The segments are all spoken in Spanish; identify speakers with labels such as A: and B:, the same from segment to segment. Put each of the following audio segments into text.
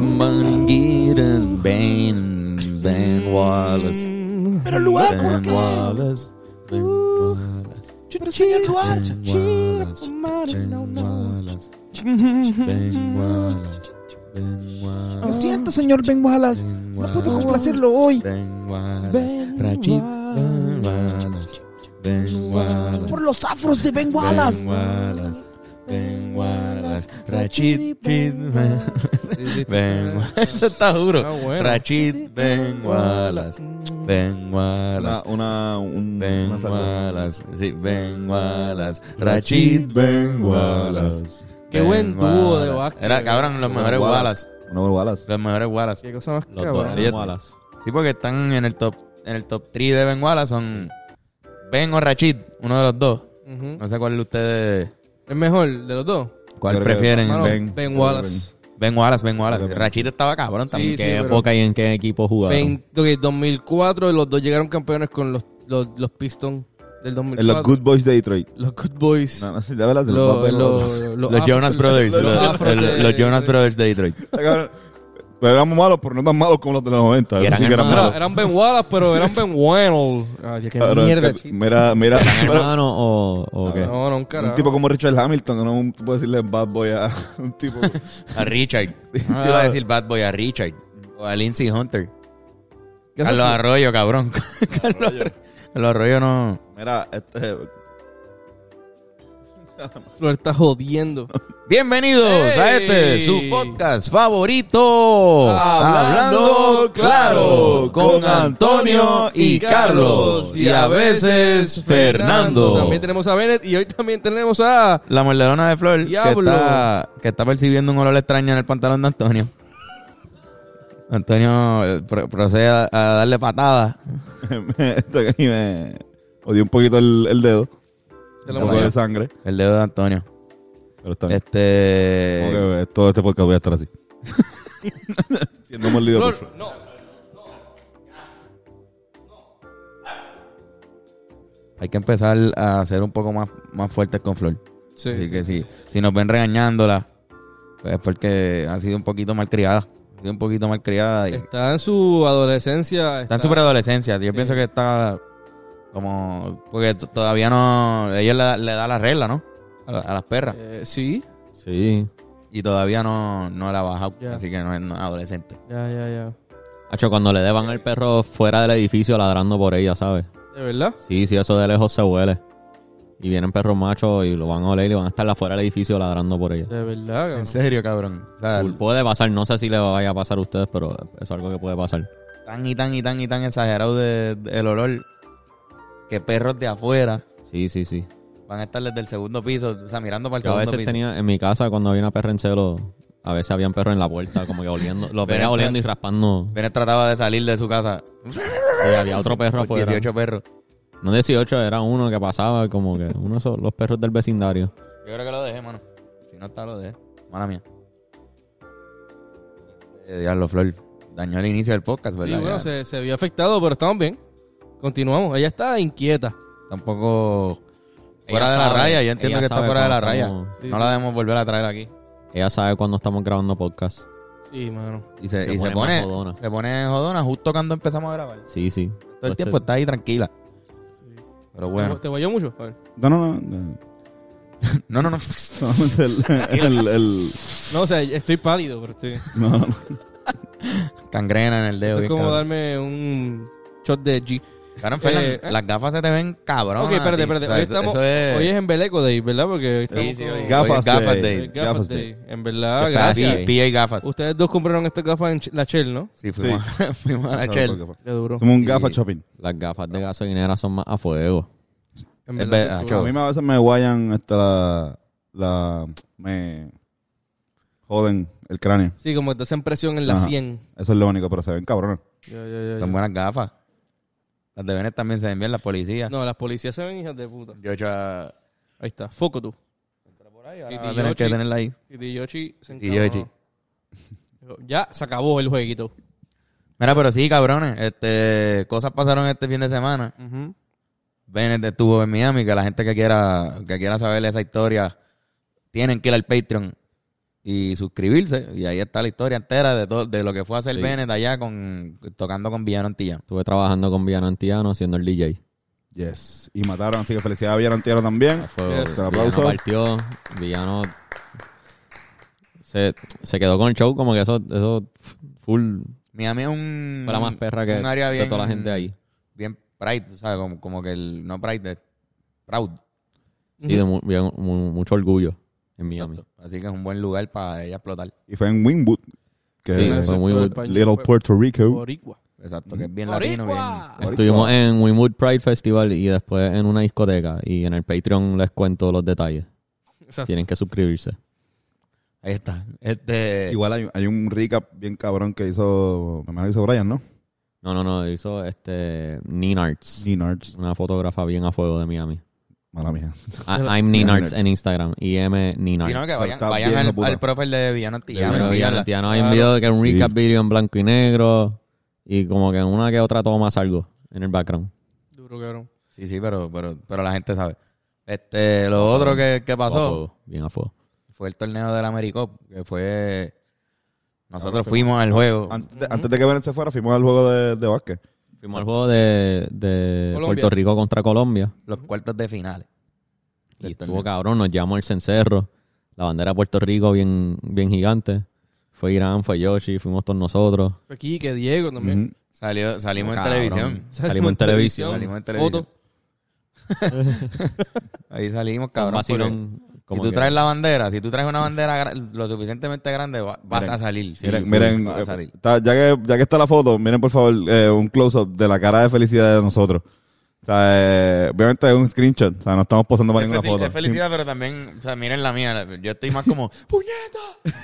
A: man get in Ben, Ben Wallace.
B: Pero lugar, ¿por
A: Ben
B: qué?
A: Wallace. Ben Wallace.
B: Pero señor Lugar.
A: Ben Wallace.
C: Uh,
A: Ben Wallace. Ben Wallace. Ben
B: Lo
A: Wallace.
B: siento, señor Ben Wallace.
A: Ben
B: No puedo
A: Wallace.
B: complacerlo hoy.
A: Ben Wallace. Rachid Ben Wallace. Ben Wallace.
B: Por los afros de Ben Wallace.
A: Ben Wallace. Ben Wallace. Rachid Ben Wallace. Ben Wallace. Eso está duro.
C: Ah, bueno.
A: Rachid Ben Wallace. Ben
D: Una,
A: Wallace.
D: una, un,
A: Ben
D: una salsa.
A: Wallace. Sí, Ben Wallace. Rachid Ben Wallace.
C: Qué
A: Ben
C: buen dúo de
A: Wallace.
C: básquet.
A: Era, cabrón, los mejores Wallace.
D: Una Ben Wallace.
A: Los mejores Wallace.
C: Qué cosa más
E: Los dos
C: cabrón.
A: Elliot-
E: eran Wallace.
A: Sí, porque están en el top en el top 3 de Ben Wallace. Son Ben o Rachid, uno de los dos.
C: Ujú.
A: No sé cuál de ustedes.
C: El mejor de los dos. Ah,
A: ¿Cuál
D: Creo que-
A: prefieren?
C: Mano,
A: Ben.
C: ben,
D: Ben.
C: Wallace.
A: Ben Wallace, Ben Wallace.
D: Creo que-
A: Rachid estaba cabrón también.
C: Sí,
A: que-
E: ¿Qué
C: pero-
E: época y en qué equipo jugaron?
C: En 2004 los dos llegaron campeones con los, los, los Pistons del
D: En
C: 2004.
D: los Good Boys de Detroit.
C: Los Good Boys.
D: No, no, sí, de verdad, de
C: Lo-
D: los-
C: lo- lo-
A: Los
C: af-
A: Jonas
C: lo-
A: Brothers. Los,
C: afro
A: el-
C: de-
A: los Jonas Brothers de Detroit.
D: Está cabrón. Pero éramos malos, pero no tan malos como los de los 90.
E: Y
D: Eso
E: eran
D: sí que
C: No,
E: hermanos.
D: malos.
C: Ah, eran Ben Wallace, pero eran Ben Wallace. Ay, qué
D: Cabrón,
C: Ah, mierda,
D: Ah, que-
C: chico.
D: Mira, mira. pero
E: hermano o, o qué?
C: No, no, un carajo.
D: Un tipo como Richard Hamilton, no un- puedo decirle bad boy a un tipo.
A: A Richard. No le iba a decir Bad Boy a Richard. O a Lindsay Hunter.
C: ¿Qué haces
A: Carlos
C: tú?
A: Arroyo, cabrón. Carlos Arroyo. Carlos Arroyo no.
D: Mira, este.
C: Flor está jodiendo.
A: Bienvenidos a
C: ¡Ey!
A: este, su podcast favorito.
D: Hablando Claro, con Antonio y Carlos,
A: Y a veces Fernando.
C: También tenemos a Bennett y hoy también tenemos a...
A: La morderona de Flor que
C: Diablo.
A: está, que está percibiendo un olor extraño en el pantalón de Antonio. Antonio eh, pro- procede a, a darle patadas.
D: Esto este, que a mí me. Odié un poquito el, el dedo.
C: Te
D: Un
C: lo
D: poco
C: voy a-
D: de sangre.
A: El dedo de Antonio.
D: Pero está bien.
A: Este.
D: Como que, eh, todo este podcast voy a estar así. Siendo molido por
C: Flor, no.
A: Hay que empezar a ser un poco más, más fuertes con Flor.
C: Sí,
A: Así
C: sí.
A: que si, si nos ven regañándola, pues es porque ha sido un poquito malcriada. Ha sido un poquito malcriada. Y está,
C: Está en su adolescencia.
A: en su preadolescencia. Yo pienso que está como. Porque t- todavía no. Ella le, le da la regla, ¿no? A, la- a las perras.
C: Eh, sí.
E: Sí.
A: Y todavía no, no la baja.
C: Ya.
A: Así que no es no es adolescente.
C: Ya, ya, ya.
E: Hacho, cuando le deban el perro fuera del edificio ladrando por ella, ¿sabes?
C: ¿De verdad?
E: Sí, sí, eso de lejos se huele. Y vienen perros machos y lo van a oler y van a estar afuera del edificio ladrando por ella.
C: De verdad, cabrón.
A: En serio, cabrón. O sea,
E: Full. Puede pasar, no sé si le vaya a pasar a ustedes, pero es algo que puede pasar.
A: tan y tan y tan y tan exagerado de- de- el olor que perros de afuera
E: Sí, sí, sí.
A: van a estar desde el segundo piso, o sea, mirando para el
E: Yo a
A: segundo
E: veces
A: piso.
E: tenía, en mi casa, cuando había una perra en celo, a veces habían perros en la puerta, como que oliendo. Los
A: Pero-
E: venía oliendo y raspando.
A: Bennett trataba de salir de su casa.
E: Y había otro perro
A: Por
E: afuera.
A: 18 perros.
E: No 18, era uno que pasaba, como que uno de esos- los perros del vecindario.
A: Yo creo que lo dejé, mano. Si no está, lo dejé. Mala mía. Eh, diablo, Flor. Dañó el inicio del podcast,
C: Sí,
A: ¿verdad?
C: bueno,
A: Ya
C: se, se vio afectado, pero estamos bien. Continuamos. Ella está inquieta.
A: Tampoco... Fuera
E: Ella
A: de la
E: sabe,
A: raya. Yo entiendo
E: ella
A: que está
E: sabe
A: fuera de la
E: cómo
A: raya.
E: estamos.
C: Sí,
A: no
C: sí.
A: la debemos volver a traer aquí.
E: Ella sabe cuando estamos grabando podcast.
C: Sí, mano.
A: Y se,
E: Se
A: y se
E: pone
A: pone...
E: más jodona.
A: Se pone jodona justo cuando empezamos a grabar.
E: Sí, sí. Pues
A: Todo el tiempo está ahí tranquila. Pero bueno.
C: ¿Te guayó mucho? A ver.
D: No, no, no. no.
A: No, no, no.
D: Solamente el, el, el-
C: No, o sea, estoy pálido, pero estoy... Esto
D: no, no.
A: Cangrena en el dedo.
C: es
A: bien
C: como
A: cabrón.
C: darme un shot de G.
A: Cabrón, Fernan,
C: Eh, ¿eh?
A: las gafas se te ven cabrón.
C: ok, espérate, espérate. Hoy, estamos, hoy es en Beleco Day, ¿verdad? Porque hoy estamos
A: Eh. Sí, sí, hoy-
C: con-
D: Gafas,
A: gafas
D: de,
A: day.
C: Gafas Day. En verdad,
A: Qué
C: gracias.
A: fácil, eh. pilla y gafas.
C: Ustedes dos compraron estas gafas en Ch- la Shell, ¿no?
A: Sí, fuimos, fuimos
E: Ah,
A: a la Shell.
C: Le duró.
D: Ah, Somos un
A: Sí.
D: gafa shopping.
E: Las gafas de gasolinera son más a fuego.
C: En
A: Es
C: verdad,
A: verdad,
C: sí,
A: chavo.
D: A mí me- a veces me guayan hasta la, la... Me joden el cráneo.
C: Sí, como que te hacen presión en la
D: Ajá.
C: 100.
D: Eso es lo único, pero se ven cabrones.
C: Ya, ya, ya,
A: Son
C: ya.
A: buenas gafas. Las de Bennett también se ven bien, las policías.
C: No, las policías se ven hijas de puta.
A: Yo ya...
C: Ahí está, foco tú.
A: Ahora voy a tener que tenerla ahí.
C: Titi Yoshi se
A: Titi Yoshi.
C: encabronó. Ya se acabó el jueguito.
A: Mira, pero sí, cabrones. Este, cosas pasaron este fin de semana. Bennett estuvo en Miami, que la gente que quiera, que quiera saber esa historia, tienen que ir al Patreon y suscribirse. Y ahí está la historia entera de todo, de lo que fue hacer
E: Sí.
A: Bennett allá con tocando con Villano Antillano.
E: Estuve trabajando con Villano Antillano haciendo el DJ.
D: Yes. Y mataron, así que felicidades a Villano Antillano también.
E: Fue,
C: Yes.
E: Villano
D: Aplauso.
E: partió. Villano se, se quedó con el show como que eso, eso full
A: Miami es un
E: fue la más perra que
A: Mm, un área
E: de
A: bien-
E: toda la gente ahí.
A: Bien pride, tú ¿sabes? Como, como que el no pride es proud.
E: Sí, de mu- bien- mu- mucho orgullo en Miami.
A: Exacto. Así que es un buen lugar para ella explotar.
D: Y fue en Wingwood, que
E: Sí, pues.
D: es
E: fue muy bueno.
D: Little Puerto Rico.
C: Boricua.
A: Exacto, que es bien latino, bien.
C: Boricua.
E: Estuvimos en Winwood Pride Festival y después en una discoteca. Y en el Patreon les cuento los detalles.
C: Exacto.
E: Tienen que suscribirse.
A: Ahí está. Este
D: Igual hay, hay un recap bien cabrón que hizo, me imagino que hizo Brian, ¿no?
E: No, no, no. Hizo este Ninarts.
D: Ninards.
E: Una fotógrafa bien a fuego de Miami.
D: Mala mía.
E: I- I'm Ninards en Instagram. IM
A: y no,
E: Ninards.
A: que vayan,
D: Está
A: vayan
D: bien,
A: al,
D: hijo puta.
A: al profile de Villano
E: Pero
A: Antillano.
D: Villano
E: bien,
A: síganla.
E: tía, no, hay un video de que un
D: Sí.
E: recap video en blanco y negro. Y como que en una que otra toma algo en el background.
C: Duro, cabrón.
A: Sí, sí, pero, pero, pero la gente sabe. Este, lo otro que, que
E: A
A: pasó
E: fuego, bien a fuego.
A: fue el torneo del AmeriCop, que fue
E: Ah,
A: nosotros fuimos al juego.
D: Antes de, antes de que Bennett se fuera, fuimos al juego de, de básquet.
E: Fuimos al juego de, de
C: Colombia.
E: Puerto Rico contra Colombia.
A: los cuartos de finales.
E: Y
A: Del
E: estuvo
A: torneo.
E: cabrón, nos llevamos el cencerro, la bandera de Puerto Rico bien, bien gigante. Fue Irán, fue Yoshi, fuimos todos nosotros.
C: Fue Quique, Diego también.
D: Ujú.
A: Salió, salimos en
E: Cabrón.
A: televisión.
E: Salimos en televisión.
A: Salimos en
C: Foto.
A: televisión. Ahí salimos, cabrón.
E: Un vacilón,
A: porque
E: como
A: si tú
E: que-
A: traes la bandera, si tú traes una bandera gra- lo suficientemente grande, va- vas a salir. Sí,
D: miren, miren
A: vas a
D: eh,
A: salir.
D: está- ya, que, ya que está la foto, miren por favor eh, un close-up de la cara de felicidad de nosotros. O sea, eh, obviamente es un screenshot, o sea, no estamos posando para
A: Es
D: ninguna
A: fel-
D: foto.
A: es felicidad, pero también, o sea, miren la mía. la- Yo estoy más como, ¡puñeta!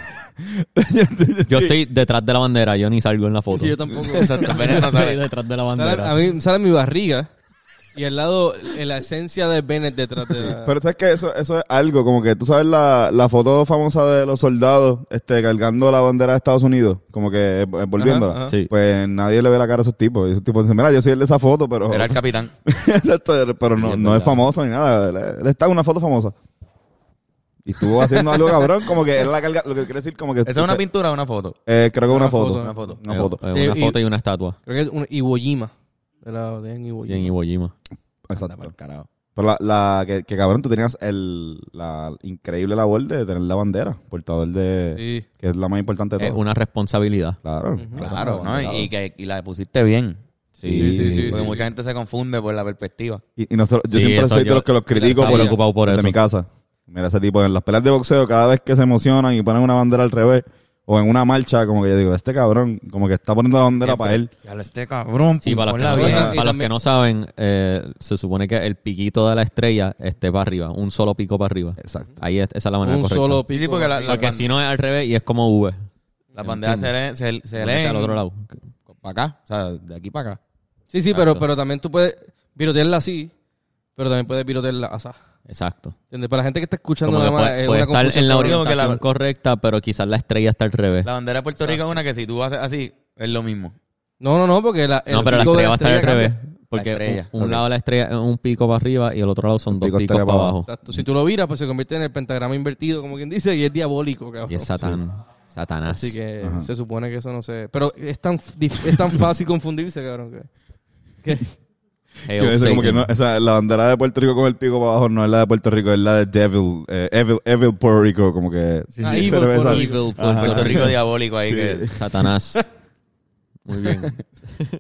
E: Yo estoy detrás de la bandera, yo ni salgo en la foto.
C: Sí, yo tampoco.
A: Exacto, Bennett no
E: Estoy
A: sabe.
E: detrás de la
C: Sale- a
E: bandera.
C: mí sale mi barriga y al lado eh, la esencia de Bennett detrás de la...
D: Pero sabes que eso, eso es algo, como que tú sabes la, la foto famosa de los soldados este, cargando la bandera de Estados Unidos, como que eh, volviéndola.
C: Ajá, ajá.
E: Sí.
D: Pues nadie le ve la cara a esos tipos. Y esos tipos dicen, mira, yo soy el de esa foto, pero,
A: Era el capitán.
D: Exacto, pero no,
E: es
D: no es
E: verdad.
D: famoso ni nada. Él- Él está en una foto famosa. Y estuvo haciendo algo cabrón, como que él la carga, lo que quiere decir, como que...
A: ¿Esa es una pintura o una foto?
D: Eh, creo que una,
C: Una
D: foto,
C: foto,
D: Una
A: una
D: foto.
A: foto.
D: Una foto.
E: Eh, Una
C: Eh, y-
E: foto y una estatua.
C: Creo que es un Iwo Jima. De la de en Iwo
E: Sí,
C: Jima.
E: en Iwo Jima.
A: Anda
D: Exacto.
A: pa'l carajo.
D: Pero la, la que, que cabrón, tú tenías el, la increíble labor de tener la bandera, portador de...
C: Sí.
D: Que es la más importante de
E: Es
D: todo.
E: una responsabilidad.
D: Claro.
A: Claro, ¿no?
D: claro.
A: Y, y que, y la pusiste bien.
D: Sí, sí, sí,
A: Porque mucha gente se confunde por la perspectiva.
D: Y, y nosotros, yo
E: Sí,
D: siempre
E: eso
D: soy de
E: yo-
D: los que los critico
E: estaba
D: por,
E: preocupado por
D: desde
E: eso.
D: mi casa. Mira, ese tipo, en las peleas de boxeo, cada vez que se emocionan y ponen una bandera al revés, o en una marcha, como que yo digo, este cabrón, como que está poniendo la bandera para él.
A: Ya lo este cabrón.
E: Sí, para los que no
C: bien.
E: saben,
C: Y
E: para los
C: también-
E: que no saben, eh, se supone que el piquito de la estrella esté para arriba, un solo pico para arriba.
D: Exacto.
E: Ahí es- esa es la manera
C: Un
E: correcta.
C: solo pico.
A: Sí, porque la, la,
E: Porque
A: ban-
E: si no es al revés y es como V.
A: la bandera se lee, se, se
E: Ponete
A: lee
E: al otro lado.
A: Para acá, o sea, de aquí para acá.
C: Sí, sí, pero,
E: Exacto.
C: pero también tú puedes pirotearla así, pero también puedes pirotearla así.
E: Exacto.
C: ¿Entiendes? Para la gente que está escuchando
E: Como que
C: nada más,
E: puede,
C: es
E: puede
C: una
E: estar
C: confusión
E: en la
C: cabrón.
E: orientación
A: Digo que la-
E: correcta, pero quizás la estrella está al revés.
A: La bandera de Puerto Rico es una que si tú haces así, es lo mismo.
C: No, no, no, porque la, el
E: no, pero la
C: pico de
E: estrella va a estar al
C: estrella
E: revés.
C: cambia.
E: Porque
A: La estrella,
E: un, un
A: ok.
E: lado de la estrella es un pico para arriba y el otro lado son dos
D: pico
E: picos
D: estrella
E: para
D: para
E: abajo.
C: Exacto. Si tú lo viras, pues se convierte en el pentagrama invertido, como quien dice, y es diabólico, cabrón.
E: Y es Satán. Satanás.
C: Así que
D: Ajá.
C: se supone que eso no se... Pero es tan, dif- es tan fácil confundirse, cabrón. que-
E: Hail
D: Yo eso como
E: Satan.
D: que no- o sea, la bandera de Puerto Rico con el pico para abajo no es la de Puerto Rico, es la de Devil, eh, Evil, Evil Puerto Rico, como que...
C: sí. Ah, Evil Puerto
D: cerveza.
C: Rico.
E: Evil,
A: Por
E: Puerto
A: Puerto
E: Rico.
A: Rico diabólico ahí.
D: Sí.
A: Que,
E: Satanás. Muy bien.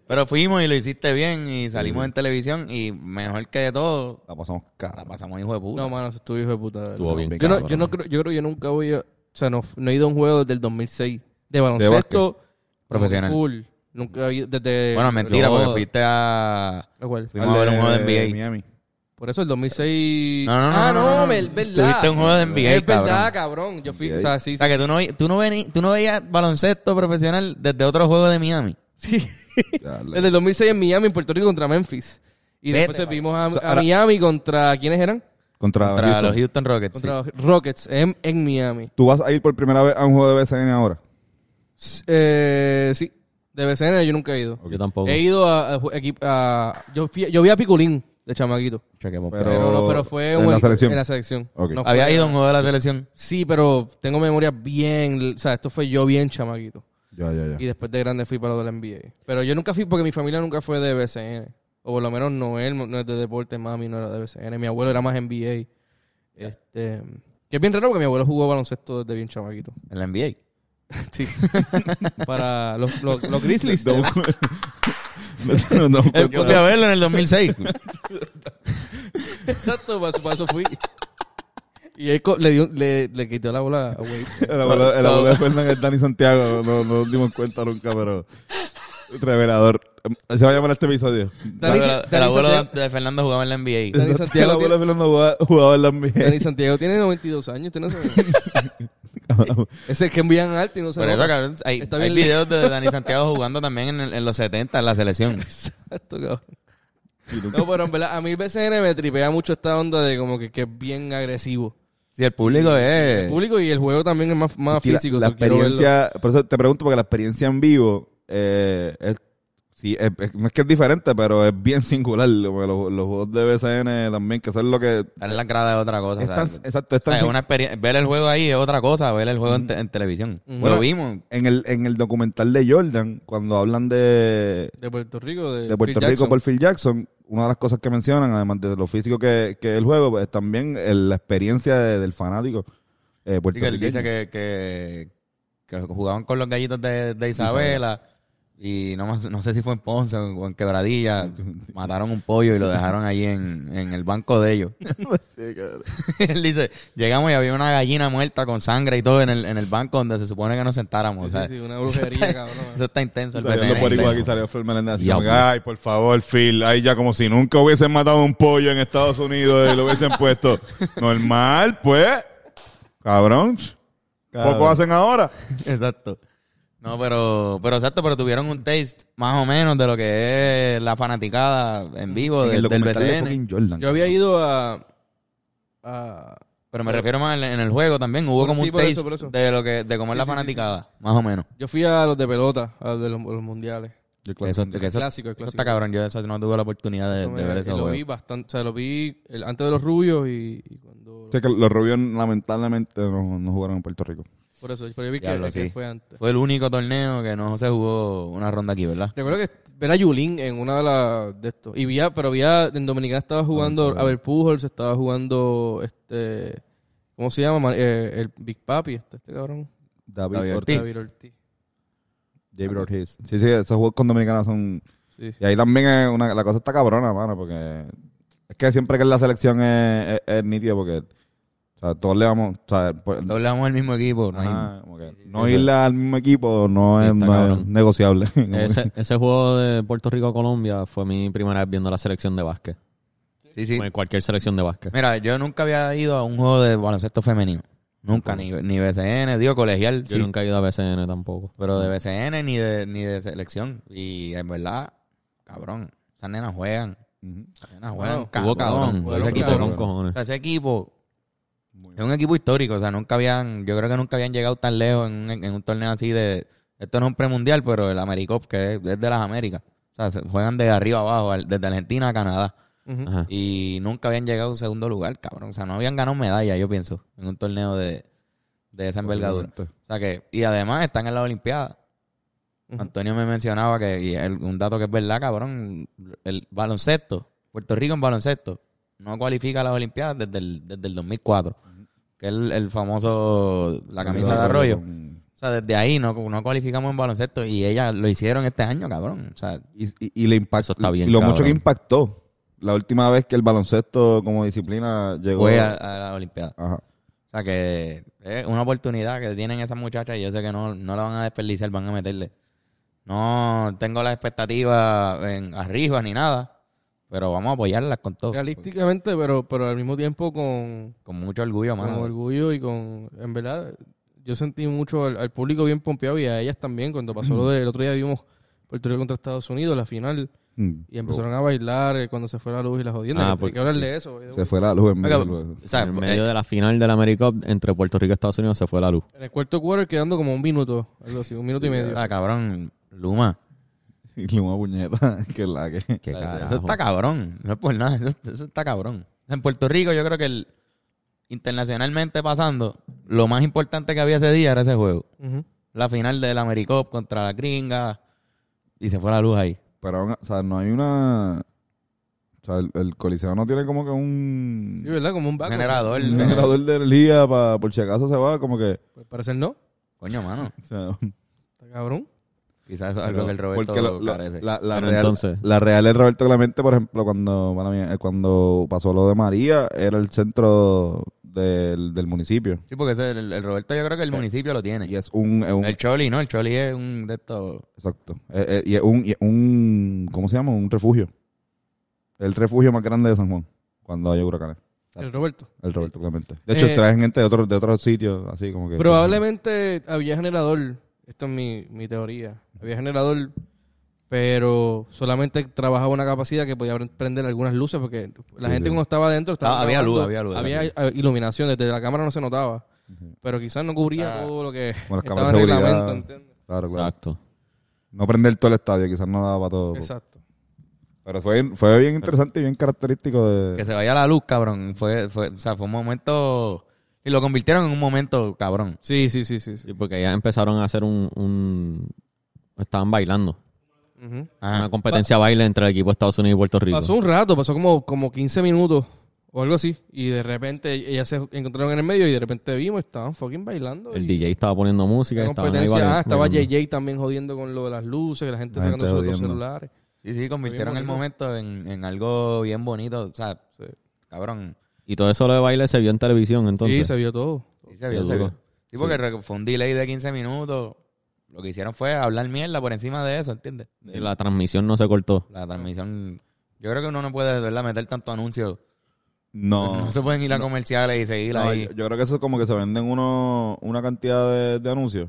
A: pero fuimos y lo hiciste bien y salimos en televisión y mejor que de todo,
D: La pasamos
A: la
D: cara.
A: pasamos hijo de puta.
C: No, mano, eso estuvo hijo de puta. de verdad.
E: Estuvo bien.
C: Yo, no,
E: cabrón.
C: yo, no creo, yo creo que yo nunca voy a... O sea, no, no he ido a un juego desde el 2006. De baloncesto...
A: Profesional.
C: Full. Nunca he ido desde...
A: bueno, mentira,
C: Yo-
A: porque fuiste a...
C: ¿A cuál?
A: Fuimos a ver un juego de NBA.
D: Miami.
C: Por eso el 2006...
A: No, no, no,
C: Ah,
A: no,
C: no,
A: no, no.
C: me- verdad.
A: Tuviste un juego de NBA,
C: Es verdad,
A: cabrón.
C: cabrón. Yo fui...
D: NBA.
C: O sea, sí,
A: O sea, que tú no, ve- tú, no veni- tú no veías baloncesto profesional desde otro juego de Miami.
C: sí.
D: Dale.
C: Desde el 2006 en Miami, en Puerto Rico, contra Memphis. Y
A: Vete,
C: después vimos a,
D: O sea,
C: a
D: ahora-
C: Miami contra... ¿Quiénes eran?
D: Contra,
A: Contra
D: Houston.
A: los Houston Rockets. sí.
C: Contra los Rockets en, en Miami.
D: ¿Tú vas a ir por primera vez a un juego de BCN ahora?
C: S- Eh, sí. De BCN yo nunca he ido.
E: Yo tampoco.
C: He ido a, a ju- equip- a- yo, fui- yo vi a Piculín de chamaquito.
A: Chequemos,
D: Pero-
A: pero-
C: Pero, no, pero fue
D: en
C: un
D: la
C: buen-
D: selección.
C: En la selección.
D: Ok.
C: No fue-
A: Había ido a un juego de la selección.
C: Sí, pero tengo memoria bien. O sea, esto fue yo bien chamaquito.
D: Ya, ya,
C: Y
D: ya.
C: después de grande fui para lo del NBA. Pero yo nunca fui porque mi familia nunca fue de BCN. O por lo menos Noel no es de deporte, mami no era de BCN. Mi abuelo era más NBA. Este, que es bien raro porque mi abuelo jugó baloncesto desde bien chamaquito.
A: En la NBA.
C: Sí. para los, los, los Grizzlies.
D: No, no, no, no,
A: Yo fui a verlo en el 2006.
C: Exacto, para eso, para eso fui. Y él co- le, dio, le, le quitó la bola a Wade.
D: El abuelo, el abuelo de Fernan es Dani Santiago, no, no nos dimos cuenta nunca, pero revelador. Se va a llamar este episodio.
C: Dani-
A: el,
C: Dani
A: el abuelo
C: Santiago-
A: de Fernando jugaba en la NBA.
C: Dani
D: el
C: Santiago
D: abuelo de Fernando jugaba- jugaba en la NBA.
C: Dani Santiago tiene 92 años, usted no sabe. es el que envían alto y no se
A: Por eso,
C: nota.
A: cabrón, hay,
C: Está
A: hay
C: bien
A: videos de Dani Santiago jugando también en, el- en los 70 en la selección.
C: Exacto, cabrón. No, pero en verdad, a mí el BCN me tripea mucho esta onda de como que, que es bien agresivo.
A: Sí, el público es...
C: El público y el juego también es más, más
D: Y eh. la-
C: físico.
D: La,
C: so quiero verlo.
D: experiencia, por eso te pregunto, porque la experiencia en vivo, eh, es- sí, es- es- no es que es diferente, pero es bien singular. porque los, los juegos de BCN también, que eso es lo que...
A: Estar en la grada es otra cosa.
D: es tan-
A: ¿sabes?
D: exacto, es
A: O sea,
D: tan
A: es una experiencia- ver el juego ahí es otra cosa, ver el juego en, te- en televisión.
D: Bueno,
A: Lo vimos.
D: En el, en el documental de Jordan, cuando hablan de,
C: De Puerto Rico, de,
D: de Puerto
C: Phil
D: Rico
C: Jackson.
D: por Phil Jackson, una de las cosas que mencionan, además de lo físico que, que es el juego, pues, es también el- la experiencia de- del fanático eh,
A: Sí, que él
D: puertorriqueño.
A: dice que, que, que jugaban con los gallitos de, de Isabela. Y no, más- no sé si fue en Ponce o en Quebradilla. mataron un pollo y lo dejaron ahí en, en el banco de ellos.
D: Sí, cabrón.
A: él dice, llegamos y había una gallina muerta con sangre y todo en el, en el banco donde se supone que nos sentáramos.
C: Sí,
A: o sea,
C: sí, sí, una brujería, cabrón.
A: Eso está intenso. El
D: Salió
A: BCN
D: los
A: es
D: boricuas aquí,
A: intenso.
D: salió Phil Meléndez así
A: Ya,
D: como que,
A: pues.
D: ay, por favor, Phil, ahí ya como si nunca hubiesen matado un pollo en Estados Unidos y lo hubiesen puesto normal, pues, cabrón, poco hacen ahora.
A: Exacto. No, pero, pero exacto, pero tuvieron un taste más o menos de lo que es la fanaticada en vivo de- del BCN.
D: Jordan.
C: Yo había ido a... a
A: Pero me refiero más en, en el juego también. Hubo
C: Por-
A: como
C: sí,
A: un
C: por
A: taste
C: eso, por eso.
A: de lo que, de cómo es
C: Sí,
A: la
C: sí, sí,
A: fanaticada, más o menos.
C: yo fui a los de pelota, a los de los, los mundiales.
D: Yo, claro,
A: Eso, que eso-
C: clásico, el
A: eso
C: clásico.
A: está cabrón. Yo eso no tuve la oportunidad de,
C: Eso
A: de
C: me-
A: ver
C: y
A: eso.
C: lo vi bastante, o sea, lo vi el- antes de los rubios y, y cuando...
D: sé que los rubios lamentablemente no, no jugaron en Puerto Rico.
C: Por eso, pero yo vi que,
A: Diablo,
C: que
A: sí.
C: fue antes.
A: Fue el único torneo que no se jugó una ronda aquí, ¿verdad?
C: Recuerdo que ver a Yulín en una de las de estos. Y vi a- pero vi a- en Dominicana estaba jugando a ver Pujols, estaba jugando este ¿cómo se llama? Ma- eh, el Big Papi, este, este cabrón,
D: David,
A: David
D: Ortiz.
A: Ortiz.
C: David Ortiz.
D: David Ortiz. Sí, sí, esos juegos con dominicanos son...
C: Sí.
D: Y ahí también es una, la cosa está cabrona, mano, porque es que siempre que es la selección es, es, es nítido porque o sea, todos le vamos... O sea, pues,
A: Todos jugamos el mismo equipo. no hay-
D: Ajá, como que no ir al mismo equipo no es,
E: está
D: no es
E: cabrón.
D: negociable.
E: Ese, ese juego de Puerto Rico-Colombia fue mi primera vez viendo la selección de básquet.
A: Sí, sí.
E: Bueno, Cualquier selección de básquet.
A: Mira, yo nunca había ido a un juego de baloncesto femenino. Nunca, ni, ni BCN, digo colegial.
E: Yo
A: sí.
E: nunca he ido a BCN tampoco.
A: Pero de BCN ni de, ni de selección. Y en verdad, cabrón, esas nenas juegan.
D: Ujú.
A: Esas nenas juegan,
C: Wow.
A: cabrón.
E: Estuvo cabrón.
A: Ese
C: Jugaron
A: equipo,
E: Estuvo con
C: cabrón.
A: o
E: cojones.
A: sea, ese equipo es un equipo histórico. O sea, nunca habían, yo creo que nunca habían llegado tan lejos en, un- en un torneo así de. Esto no es un premundial, pero el AmeriCup, que es, es de las Américas. O sea, se- juegan de arriba abajo, al- desde Argentina a Canadá.
C: Ujú.
A: Ah,
E: Ajá.
A: Y nunca habían llegado a un segundo lugar, cabrón. O sea, no habían ganado medalla, yo pienso, en un torneo de, de esa envergadura. O sea que, y además están en la Olimpiada.
C: Ujú.
A: Antonio me mencionaba que, y el- un dato que es verdad, cabrón, el baloncesto, Puerto Rico en baloncesto, no cualifica a las Olimpiadas desde el, desde el 2004, que es el, el famoso, la camisa de arroyo. O sea, desde ahí no, no cualificamos en baloncesto y ellas lo hicieron este año, cabrón. O sea,
D: Y, y, y le impactó.
E: Eso está bien,
D: y lo mucho
E: cabrón.
D: que impactó la última vez que el baloncesto como disciplina llegó.
A: fue a, a la Olimpiada.
D: Ajá.
A: O sea que es una oportunidad que tienen esas muchachas y yo sé que no, no la van a desperdiciar, van a meterle. No tengo las expectativas en arriba ni nada, pero vamos a apoyarlas con todo.
C: Realísticamente, pero pero al mismo tiempo con,
A: Con mucho orgullo,
C: con
A: mano.
C: orgullo y con en verdad yo sentí mucho al, al público bien pompeado y a ellas también cuando pasó lo del otro día vimos Puerto Rico contra Estados Unidos la final
D: Mm.
C: y empezaron a bailar eh, cuando se fue la luz y las jodiendas.
E: Ah,
C: Hay
E: porque-
C: que hablarle de eso.
D: Se fue la luz en medio
A: Oiga,
D: del juego.
A: o sea,
E: en
A: eh,
E: medio de la final del AmeriCup entre Puerto Rico y Estados Unidos se fue la luz.
C: En el cuarto quarter quedando como un minuto, algo así, un minuto y medio.
A: ah, cabrón, Luma.
D: Y Luma Puñeta, que es la que.
E: Qué carajo.
A: Eso está cabrón. No es por nada. Eso, eso está cabrón. En Puerto Rico, yo creo que el- internacionalmente pasando, lo más importante que había ese día era ese juego.
C: Ujú.
A: La final del AmeriCop contra la gringa. Y se fue la luz ahí.
D: Pero, aún- o sea, no hay una. O sea, el, el coliseo no tiene como que
C: Sí,
D: un.
C: ¿verdad? Como un backup.
A: Generador.
D: un
A: de-
D: generador de energía para por si acaso se va, como que.
C: Pues parecer no.
A: Coño, mano.
D: o sea,
C: Está cabrón.
A: Quizás eso es algo que el Roberto
D: porque la, la-
A: carece.
D: la- la
E: Pero
D: real,
E: entonces-
D: la real es Roberto Clemente, por ejemplo, cuando mala mía, eh, cuando pasó lo de María, era el centro del, del municipio.
A: Sí, porque ese- el, el Roberto yo creo que el municipio lo tiene.
D: Y es un, es un-
A: El Choli, ¿no? El Choli es un de estos...
D: exacto. Eh, eh, y es un, y es un- ¿cómo se llama? Un refugio. El refugio más grande de San Juan, cuando hay huracanes.
C: El Roberto.
D: El Roberto Clemente. De hecho,
C: Eh,
D: traen gente de otros de otros sitios, así como que.
C: Probablemente había generador. Esto es mi, mi teoría. Había generador, pero solamente trabajaba una capacidad que podía prender algunas luces porque la
D: Sí,
C: gente
D: sí.
C: cuando estaba adentro estaba
A: Ah, había
C: trabajando.
A: luz, había luz, había luz.
C: eh, iluminación, desde la cámara no se notaba. Pero quizás no cubría
A: Ah.
C: todo lo que
D: Con las
C: estaba
D: cámaras
C: en
D: de
C: reglamento,
D: seguridad.
C: ¿entiendes?
D: Claro, claro.
E: Exacto.
D: No prender todo el estadio, quizás no daba para todo.
C: Exacto.
D: Pero fue, fue bien interesante y bien característico de.
A: Que se vaya la luz, cabrón. Fue, fue, o sea, fue un momento. Y lo convirtieron en un momento, cabrón.
C: Sí, sí, sí, sí. sí.
E: Sí, porque ya empezaron a hacer un... un- Estaban bailando.
C: Ujú.
A: Ajá.
E: Una competencia de baile entre el equipo de Estados Unidos y Puerto Rico.
C: Pasó un rato, pasó como, como 15 minutos o algo así. Y de repente ellas se encontraron en el medio y de repente vimos, estaban fucking bailando.
E: El
C: y-
E: DJ estaba poniendo música.
C: La
E: estaban ahí
C: competencia,
E: baile-
C: ah, estaba
E: bailando.
C: JJ también jodiendo con lo de las luces, la gente
D: La gente
C: sacando sus dos
D: jodiendo.
C: celulares.
A: Sí, sí, convirtieron
C: Bien
A: el
C: bonito.
A: momento en, en algo bien bonito. O sea,
C: Sí.
A: cabrón.
E: Y todo eso lo de baile se vio en televisión entonces.
C: Sí, se vio todo.
A: Sí, se vio,
E: Qué
A: se vio.
E: duro.
A: Sí, porque re- fue un delay de 15 minutos. Lo que hicieron fue hablar mierda por encima de eso, ¿entiendes?
E: Y La transmisión no se cortó.
A: La transmisión. Yo creo que uno no puede, de verdad, meter tanto anuncio.
D: No.
A: No se pueden ir a comerciales y seguir
D: No,
A: ahí.
D: yo, yo creo que eso es como que se venden uno, una cantidad de, de anuncios.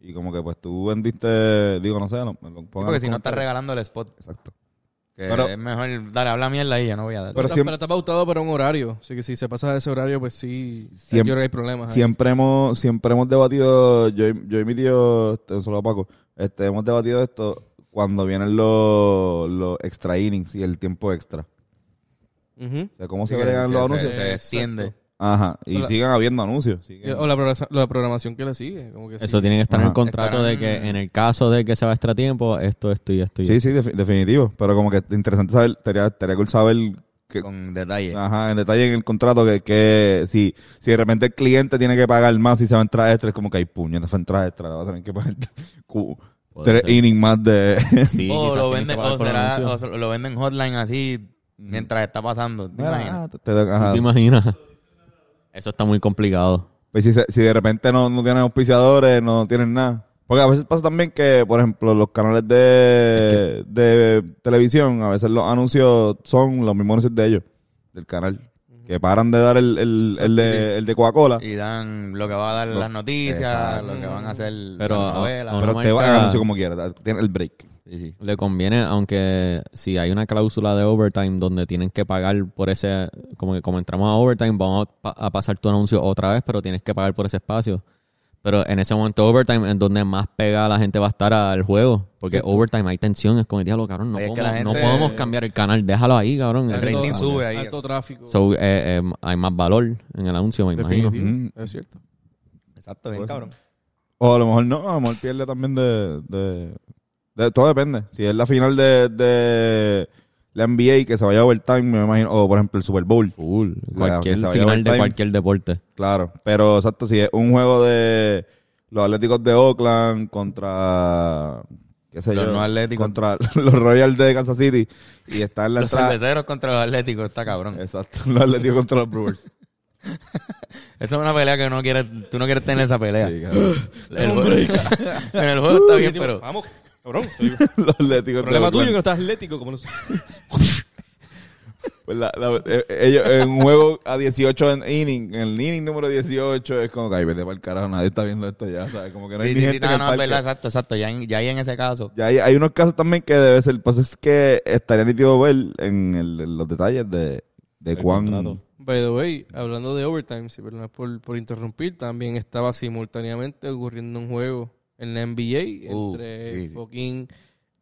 D: Y como que pues tú vendiste, digo, no sé, lo, lo
A: Sí,
D: pongan
A: porque
D: en
A: si no estás
D: comentario.
A: regalando el spot.
D: Exacto.
A: Que
D: Pero-
A: es mejor, dale, habla mierda y ya no voy a dar.
C: Pero,
D: Pero siempre-
C: pero está pautado para un horario. Así que si se pasa de ese horario, pues sí,
D: Siempre-
C: yo creo que hay problemas. ahí.
D: Siempre hemos, siempre hemos debatido, yo, y- yo y mi tío, este, un saludo a Paco, este, hemos debatido esto cuando vienen los, los extra innings y el tiempo extra.
C: Ujú.
D: O sea, cómo se
A: Que-
D: agregan
A: que
D: los
A: se-
D: anuncios.
A: Se, extiende.
C: Exacto.
D: Ajá. Y
C: Hola.
D: sigan habiendo anuncios. siguen-
C: O la, progresa- la programación que le sigue. Como que
E: Eso
C: sí.
E: tiene que estar en
D: Ajá.
E: el contrato de que
A: Estarán-
E: en el caso de que se va extra tiempo, esto, esto y esto y
D: Sí, sí, defi- definitivo. Pero como que interesante saber, estaría, estaría cool saber que, Ah,
A: Con detalle.
D: Ajá, en detalle en el contrato que, que si, si de repente el cliente tiene que pagar más si se va a entrar extra, es como que hay puñetas, fue entrar extra, va a tener que pagar cu-
E: Puede
D: tres
E: ser.
D: innings más de...
E: Sí,
A: o
E: quizás
A: lo
E: tienes que
A: venden,
E: pagar
A: o
E: por
A: será-
E: anuncio.
A: o se- lo venden hotline así mientras está pasando. ¿Te imaginas?
D: Ah, te- te- ajá.
E: ¿Te imaginas? Eso está muy complicado.
D: Pues si, se- si de repente no, no tienen auspiciadores, no tienen nada. Porque a veces pasa también que, por ejemplo, los canales de, de televisión, a veces los anuncios son los mismos anuncios de ellos, del canal. Que paran de dar el, el, el de, el de Coca-Cola.
A: Y dan lo que va a dar
D: ah. Lo-
A: las noticias,
D: Exacto.
A: lo que van a hacer
E: Pero ah,
A: las
E: a-
A: novelas.
E: a-
D: Pero
E: una
D: te va el
E: marca-
D: anuncio como quieras, tiene el break.
A: Sí, sí.
E: Le conviene, aunque si hay una cláusula de overtime donde tienen que pagar por ese, como que como entramos a overtime, vamos a, pa- a pasar tu anuncio otra vez, pero tienes que pagar por ese espacio. Pero en ese momento overtime es donde más pega la gente va a estar al juego, porque overtime hay tensiones con el diablo, cabrón, no,
A: Oye, es que
E: podemos,
A: la
E: no
A: gente-
E: podemos cambiar el canal, déjalo ahí, cabrón.
A: El
E: Eso-
A: rating
E: ah,
A: sube ahí.
C: Alto tráfico.
E: So, eh, eh, hay más valor en el anuncio, me imagino.
C: definitivo.
D: imagino.
C: Es cierto.
A: Exacto, bien
D: Pues-
A: cabrón.
D: O a lo mejor no, a lo mejor pierde también de... de- de- todo depende. Si es la final de, de la NBA que se vaya a overtime, me imagino. O por ejemplo el Super Bowl.
E: Full,
D: que
E: cualquier
D: se vaya
E: final de
D: overtime.
E: cualquier deporte.
D: Claro. Pero exacto, si es un juego de los Atléticos de Oakland contra... ¿Qué sé
A: Los
D: yo?
A: no Atléticos.
D: Contra los Royals de Kansas City. Y está en la
A: Los
D: entrada...
A: cerveceros contra los atléticos, está cabrón.
D: Exacto, los Atléticos contra los Brewers.
A: Esa es una pelea que no quieres, tú no quieres tener esa pelea.
D: Sí, claro.
A: El juego- en el juego está bien, pero
C: Vamos, cabrón. estoy-
D: los Atléticos de
C: Problema tuyo que
D: Oakland.
C: no estás atlético. Como nosotros.
D: Pues la- la- eh, ellos en un juego a 18 en inning, en el inning número 18 es como que, ay, vete para el carajo, nadie está viendo esto ya, ¿sabes? Como que no hay
A: Sí,
D: ni
A: sí, sí,
D: gente
A: no,
D: en el
A: no,
D: parque.
A: verdad, exacto, exacto. Ya, en- ya ahí en ese caso.
D: Ya hay, hay unos casos también que debe ser, pues es que estaría nítido ver en, el- en los detalles de, de cuán...
E: contrato.
C: By the way, hablando de overtime, si perdón por, por interrumpir, también estaba simultáneamente ocurriendo un juego en la NBA
A: Uh,
C: entre
A: sí, sí.
C: fucking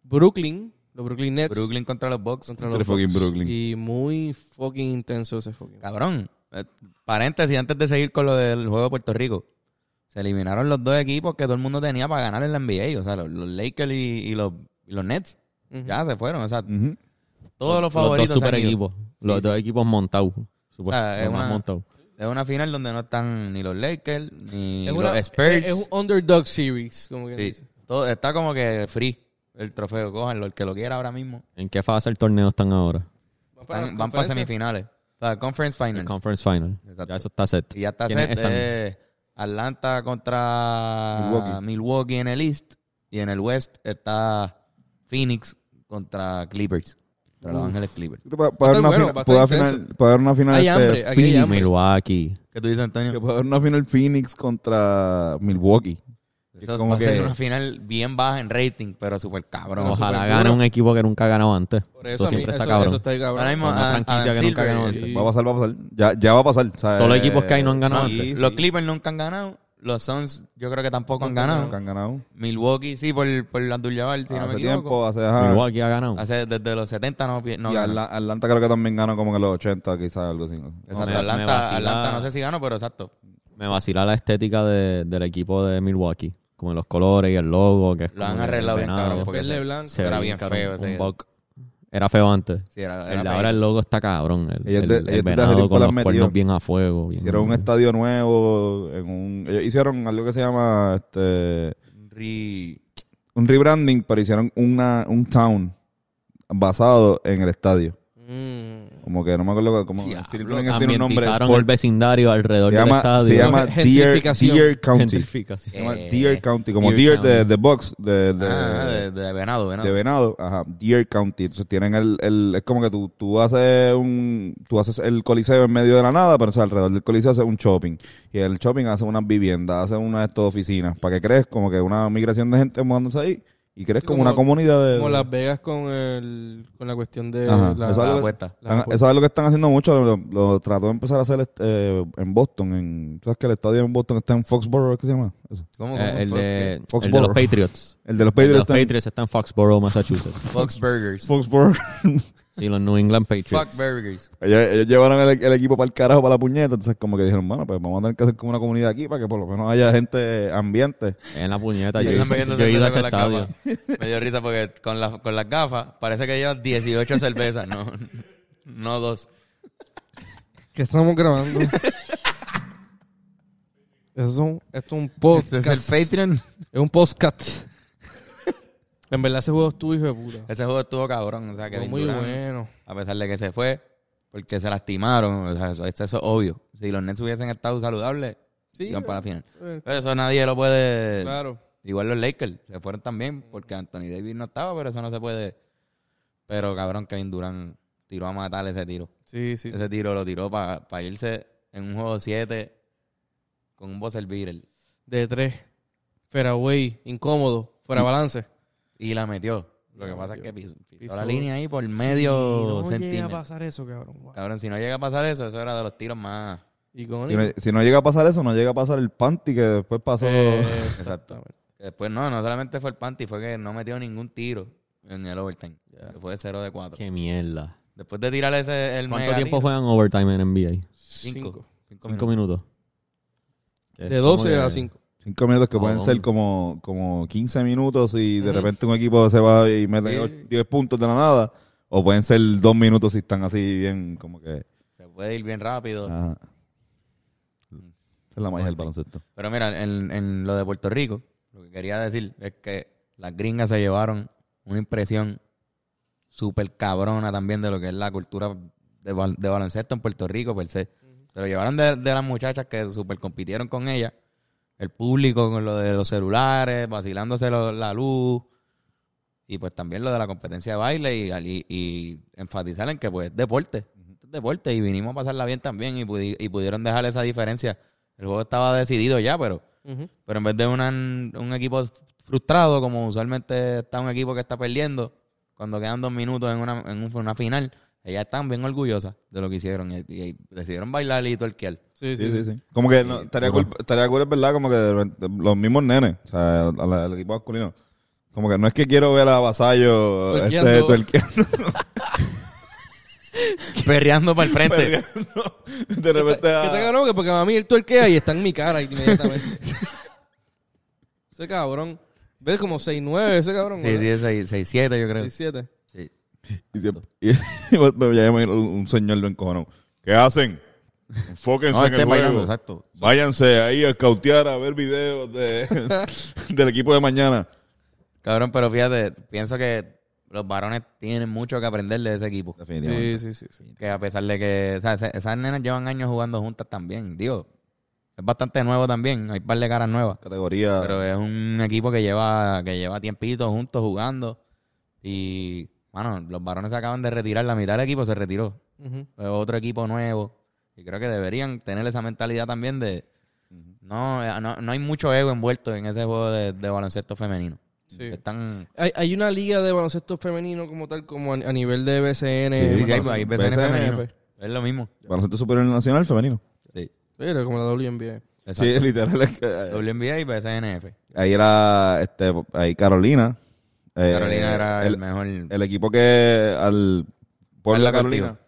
C: Brooklyn, los Brooklyn Nets.
A: Brooklyn contra los Bucks.
C: contra
D: Entre
C: los
D: fucking
C: Bucks.
D: Brooklyn.
C: Y muy fucking intenso ese fucking.
A: Cabrón. eh, paréntesis, antes de seguir con lo del juego de Puerto Rico. Se eliminaron los dos equipos que todo el mundo tenía para ganar en la NBA. O sea, los, los Lakers y, y los, y los Nets.
C: Ujú.
A: Ya se fueron. O sea,
D: Ujú.
A: todos los
E: Los
A: favoritos.
E: dos
A: se
E: super
A: han ido.
E: equipos. Los dos equipos montados. Super,
A: sea, es
E: los más
A: una-
E: montados.
A: Es una final donde no están ni los Lakers, ni
C: Es
A: los
C: una-
A: Spurs.
C: Es, es un underdog series, como que
A: Sí.
C: dice.
A: Todo, está como que free el trofeo. Cójanlo, el que lo quiera ahora mismo.
E: ¿En qué fase del torneo están ahora?
C: Van
A: Están-
C: la
A: van para
C: conferencia.
A: semifinales. O sea, conference
E: El
A: finals.
E: conference final.
A: Exacto.
E: Ya eso está set.
A: y ya está
E: ¿Quiénes
A: set.
E: están?
A: eh, Atlanta contra
D: Milwaukee.
A: Milwaukee. en el East. Y en el West está Phoenix contra Clippers. Contra Los Ángeles Clippers.
D: Puede haber una
C: bueno,
D: fina-
C: va a
D: puede haber
C: estar
D: final-
C: intenso.
D: puede haber una final.
C: Hay
D: este,
C: hambre, aquí hay
D: Phoenix.
C: hambre.
E: Milwaukee.
A: ¿Qué tú dices,
D: Que
A: Antonio?
D: puede haber una final Phoenix contra Milwaukee.
A: Eso
D: como
A: va a ser
D: que-
A: una final bien baja en rating, pero súper cabrón.
E: Ojalá
C: super
E: gane
C: duro.
E: un equipo que nunca ha ganado antes.
C: Por
E: Eso,
C: eso, a mí-
E: siempre está
C: eso-
E: cabrón.
C: eso está cabrón.
A: Ahora mismo, ah.
E: Una
A: Adam-
E: franquicia
A: Adam
E: que nunca
A: Silver,
E: ganó
A: el-
E: antes.
D: Va a pasar, va a pasar. Ya, ya va a pasar. o sea,
E: Todos los
D: eh,
E: equipos que hay no han ganado
D: sí,
E: antes.
A: Los
D: sí,
A: Clippers nunca han ganado. Los Suns yo creo que tampoco han
C: Nunca han
A: ganado.
D: nunca han ganado.
A: Milwaukee, sí, por, por Abdul-Jabbar, si no me
D: hace
A: equivoco.
D: tiempo, hace. ajá.
E: Milwaukee ha ganado.
A: Hace- desde los 70 no, pi- no
D: y
A: ganó.
D: Atla- Atlanta creo que también ganó como en los 80, quizás algo así. ¿no?
A: Exacto,
E: Me- me
A: Atlanta,
E: vacila.
A: Atlanta no sé si ganó, pero exacto.
E: Me vacila la estética de- del equipo de Milwaukee. Como los colores y el logo. Que es
A: Lo
E: como
A: han
E: que
A: arreglado bien,
E: venado.
A: cabrón. Porque
C: Verde,
A: se-
C: blanco.
A: se era bien
E: cabrón.
A: feo.
E: Un
A: ese-
E: buck. Era feo antes.
A: sí, era-
E: El
A: era
E: de
A: feo.
E: ahora el logo está cabrón. El,
D: Ellos de-
E: el- el
D: ellos de
E: venado
D: Atlético
E: con
D: la
E: los
D: han metido.
E: cuernos bien a fuego. bien-
D: Hicieron un estadio nuevo. En un, ellos hicieron algo que se llama este,
A: Ri-
D: un rebranding, pero hicieron una, un town basado en el estadio.
C: Mm.
D: Como que no me acuerdo cómo.
A: Diablo,
D: City Planning tiene un nombre.
E: Ambientizaron el
D: sport-
E: vecindario alrededor
D: se
E: del
D: llama,
E: estadio.
D: se llama Deer,
C: Gentrificación.
D: Deer County.
E: Gentrificación.
D: Se llama
A: Eh.
D: Deer County. Como
E: Deer
D: Deer,
E: County.
D: de, de box. De, de,
A: Ah, de, de venado, venado.
D: de venado, ajá, Deer County. Entonces tienen el, el es como que tú, tú haces un, tú haces el coliseo en medio de la nada, pero o sea, alrededor del coliseo haces un shopping y el shopping hace unas viviendas, hace unas de estas oficinas para que crees como que una migración de gente mudándose ahí y crees
C: Sí,
D: como,
C: como-
D: una comunidad de
C: Como Las Vegas con, el, con la cuestión de
D: Ajá,
C: la,
D: eso
A: La
D: algo-
A: apuesta.
C: la-
D: Están- eso es algo que están haciendo mucho, lo, lo trató de empezar a hacer este, en Boston, en, ¿sabes que el estadio en Boston está en Foxborough, ¿qué se llama? Eso.
A: ¿Cómo, cómo
E: Eh, El
A: fue?
E: de el de
D: Foxborough.
E: los Patriots.
D: El de los
E: El
D: Patriots
E: de los
D: está en
E: Patriots está en Foxborough, Massachusetts.
A: Fox Burgers.
D: Foxborough.
E: Sí, los New England Patriots.
A: Fox Burgers.
D: Ellos, ellos llevaron el, el equipo para el carajo, para la puñeta. Entonces, como que dijeron, bueno, pues vamos a tener que hacer como una comunidad aquí para que por lo menos haya gente ambiente.
E: En la puñeta. Yo,
A: Están
E: he
A: bebiendo
E: ido- yo he ido a
A: cerveza
E: ese
A: con las
E: estadio.
A: gafas. Me dio risa porque con, la- con las gafas parece que llevas 18 cervezas, no, no dos.
C: que estamos grabando. Eso es un, esto es un podcast.
A: Desde Este el Patreon,
C: Es un podcast. en verdad ese juego estuvo hijo de puta.
A: ese juego estuvo cabrón. O sea, que
C: Estuvo
A: Este Kevin
C: muy
A: Durant,
C: bueno.
A: A pesar de que se fue, porque se lastimaron. O sea, eso, eso es obvio. Si los Nets hubiesen estado saludables,
C: Sí,
A: iban para la final.
C: eh,
A: Pero eso nadie lo puede.
C: claro.
A: Igual los Lakers se fueron también, porque Anthony Davis no estaba, pero eso no se puede. Pero cabrón, Kevin Durant tiró a matar ese tiro.
C: Sí, sí. sí.
A: Ese tiro lo tiró para irse en un juego 7 con un buzzer beater.
C: De tres. Fairway, incómodo, fuera balance.
A: Y la metió. Lo que
C: La
A: pasa es
C: metió.
A: que pisó, pisó
C: Pisó.
A: la línea ahí por
C: Sí,
A: medio
C: no llega a
A: centímetro.
C: pasar eso, cabrón. Wow.
A: Cabrón, si no llega a pasar eso, eso era de los tiros más.
D: Si
C: Icónico.
D: no, si no llega a pasar eso, no llega a pasar el panty que después pasó.
E: Eh,
C: Exactamente.
A: Después, no, no solamente fue el panty, fue que no metió ningún tiro en el overtime. Que Fue de 0 de 4.
E: Qué mierda.
A: Después de tirar ese. El
E: ¿Cuánto
A: mega
E: tiempo
A: tiro,
E: juegan overtime en NBA?
A: Cinco. Cinco
E: Cinco
A: minutos.
E: minutos.
C: De 12 a 5.
D: Cinco minutos que
E: Ah,
D: pueden
E: hombre.
D: ser como, como 15 minutos y de
C: Ujú.
D: repente un equipo se va y mete
A: Sí.
D: och- 10 puntos de la nada. O pueden ser dos minutos si están así bien, como que.
A: Se puede ir bien
C: Ah,
A: rápido.
D: Ajá. Esa es la magia del baloncesto.
A: Pero mira, en, en lo de Puerto Rico, lo que quería decir es que las gringas se llevaron una impresión súper cabrona también de lo que es la cultura de, bal- de baloncesto en Puerto Rico, per se. Se lo llevaron de, de las muchachas que súper compitieron con ella. El público con lo de los celulares, vacilándose lo- la luz. Y pues también lo de la competencia de baile y, al- y- y enfatizar en que pues es deporte. Es deporte y vinimos a pasarla bien también y, pudi- y pudieron dejar esa diferencia. El juego estaba decidido ya, pero, pero en vez de una- un equipo frustrado, como usualmente está un equipo que está perdiendo, cuando quedan dos minutos en una, en un- una final, ellas están bien orgullosas de lo que hicieron y, y decidieron bailar y torquear.
C: Sí,
D: Sí,
C: sí.
D: sí, sí. Como que no, estaría, cool, estaría cool, es verdad, como que de repente los mismos nenes, o sea, a la- al equipo masculino, Como que no es que quiero ver a Vasallo este,
C: Twerkeando.
D: twerkeando,
A: Perreando para el frente.
D: peleando. De repente ah,
C: Que Pues, está
D: a...
C: cabrón que porque a mí él tuerquea y está en mi cara inmediatamente. ese cabrón. ¿Ves como 6'9 ese cabrón?
A: Sí, sí, 6-7 yo creo.
C: 7.
D: Y, siempre- y- y- pues, ya me imagino un, un señor lo encojonó. ¿Qué hacen? Enfóquense
A: No,
D: en
A: esté
D: el
A: este bailando,
D: juego.
A: exacto.
D: Váyanse ahí a cautear a ver videos de, del equipo de mañana.
A: Cabrón, pero fíjate, pienso que los varones tienen mucho que aprender de ese equipo.
C: Sí, sí, sí. sí.
A: Que a pesar de que o sea, ese- esas nenas llevan años jugando juntas también. Digo, es bastante nuevo también. Hay un par de caras nuevas.
D: Categoría.
A: Pero es un equipo que lleva, que lleva tiempito juntos jugando. Y, bueno, los varones se acaban de retirar. La mitad del equipo se retiró.
C: Ujú.
A: Es otro equipo nuevo. Y creo que deberían tener esa mentalidad también de... No, eh, no, no hay mucho ego envuelto en ese juego de, de baloncesto femenino.
C: Sí.
A: Están...
C: Hay, hay una liga de baloncesto femenino como tal, como a, a nivel de BCN.
A: eh, Sí, sí, hay,
D: baloncesto-
A: hay BCN femenino.
D: BCNF.
A: Es lo mismo.
D: Baloncesto superior nacional femenino.
A: Sí.
C: Pero como la WNBA.
A: Exacto.
D: Sí, literal. es que, eh,
A: WNBA y BCNF.
D: ahí era este, ahí Carolina. Eh,
A: Carolina era el,
D: el,
A: mejor.
D: el equipo que al pueblo
A: Carla
D: de Carolina.
A: Cortijo.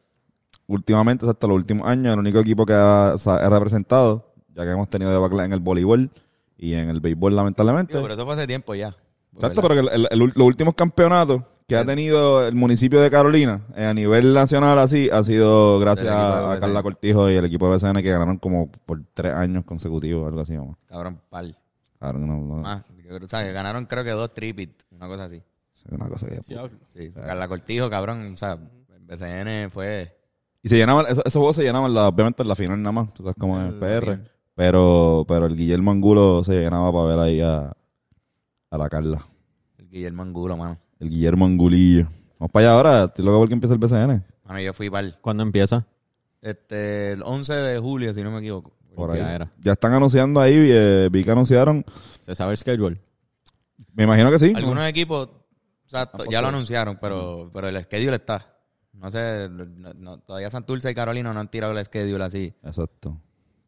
D: Últimamente, hasta los últimos años, el único equipo que ha, o sea, ha representado, ya que hemos tenido debacle en el voleibol y en el béisbol, lamentablemente.
A: Digo, pero eso fue hace tiempo ya.
D: Exacto, pero que el- el- el- los últimos campeonatos que ha tenido el municipio de Carolina eh, a nivel nacional así ha sido gracias
A: Del equipo de
D: a, a Carla
A: BCN.
D: Cortijo y el equipo de BCN que ganaron como por tres años consecutivos algo así. Vamos.
A: Cabrón, pal.
D: Claro, no, no,
A: Más. Yo creo- o sea, que ganaron creo que dos tripit, una cosa así.
D: es una cosa que-
A: Sí. Carla Cortijo, cabrón. O sea, el BCN fue...
D: Y se llenaban, esos, esos juegos se llenaban la- obviamente en la final nada más, tú sabes como en el
A: El-
D: PR. Pero, pero el Guillermo Angulo se llenaba para ver ahí a, a la Carla.
A: El Guillermo Angulo, mano.
D: El Guillermo Angulillo. Vamos para allá ahora, estoy loco porque empieza el BCN.
A: Mano, yo fui pal.
E: ¿Cuándo empieza?
A: Este, el 11 de julio, si no me equivoco.
D: Por
E: Ya
D: ahí.
E: era.
D: Ya están anunciando ahí, eh, vi que anunciaron.
E: ¿Se sabe el schedule?
D: Me imagino que sí.
A: Algunos equipos o sea, to- ya
D: Ah, por
A: lo anunciaron, pero, pero el schedule está. No sé, no- no- todavía Santurce y Carolina no han tirado el schedule así.
D: Exacto.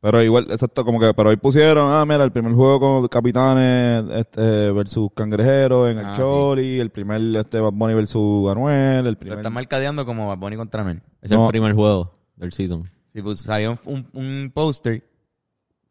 D: Pero igual, exacto, como que, pero hoy pusieron, ah, mira, el primer juego con Capitanes este, versus Cangrejeros en el
A: Ah, sí.
D: Choli, el primer este, Bad Bunny versus Anuel, el
A: Lo
D: primer...
A: están mercadeando como Bad Bunny contra Mel.
E: Es
D: No.
E: el primer juego del season.
A: Si pues, salió un, un, un póster,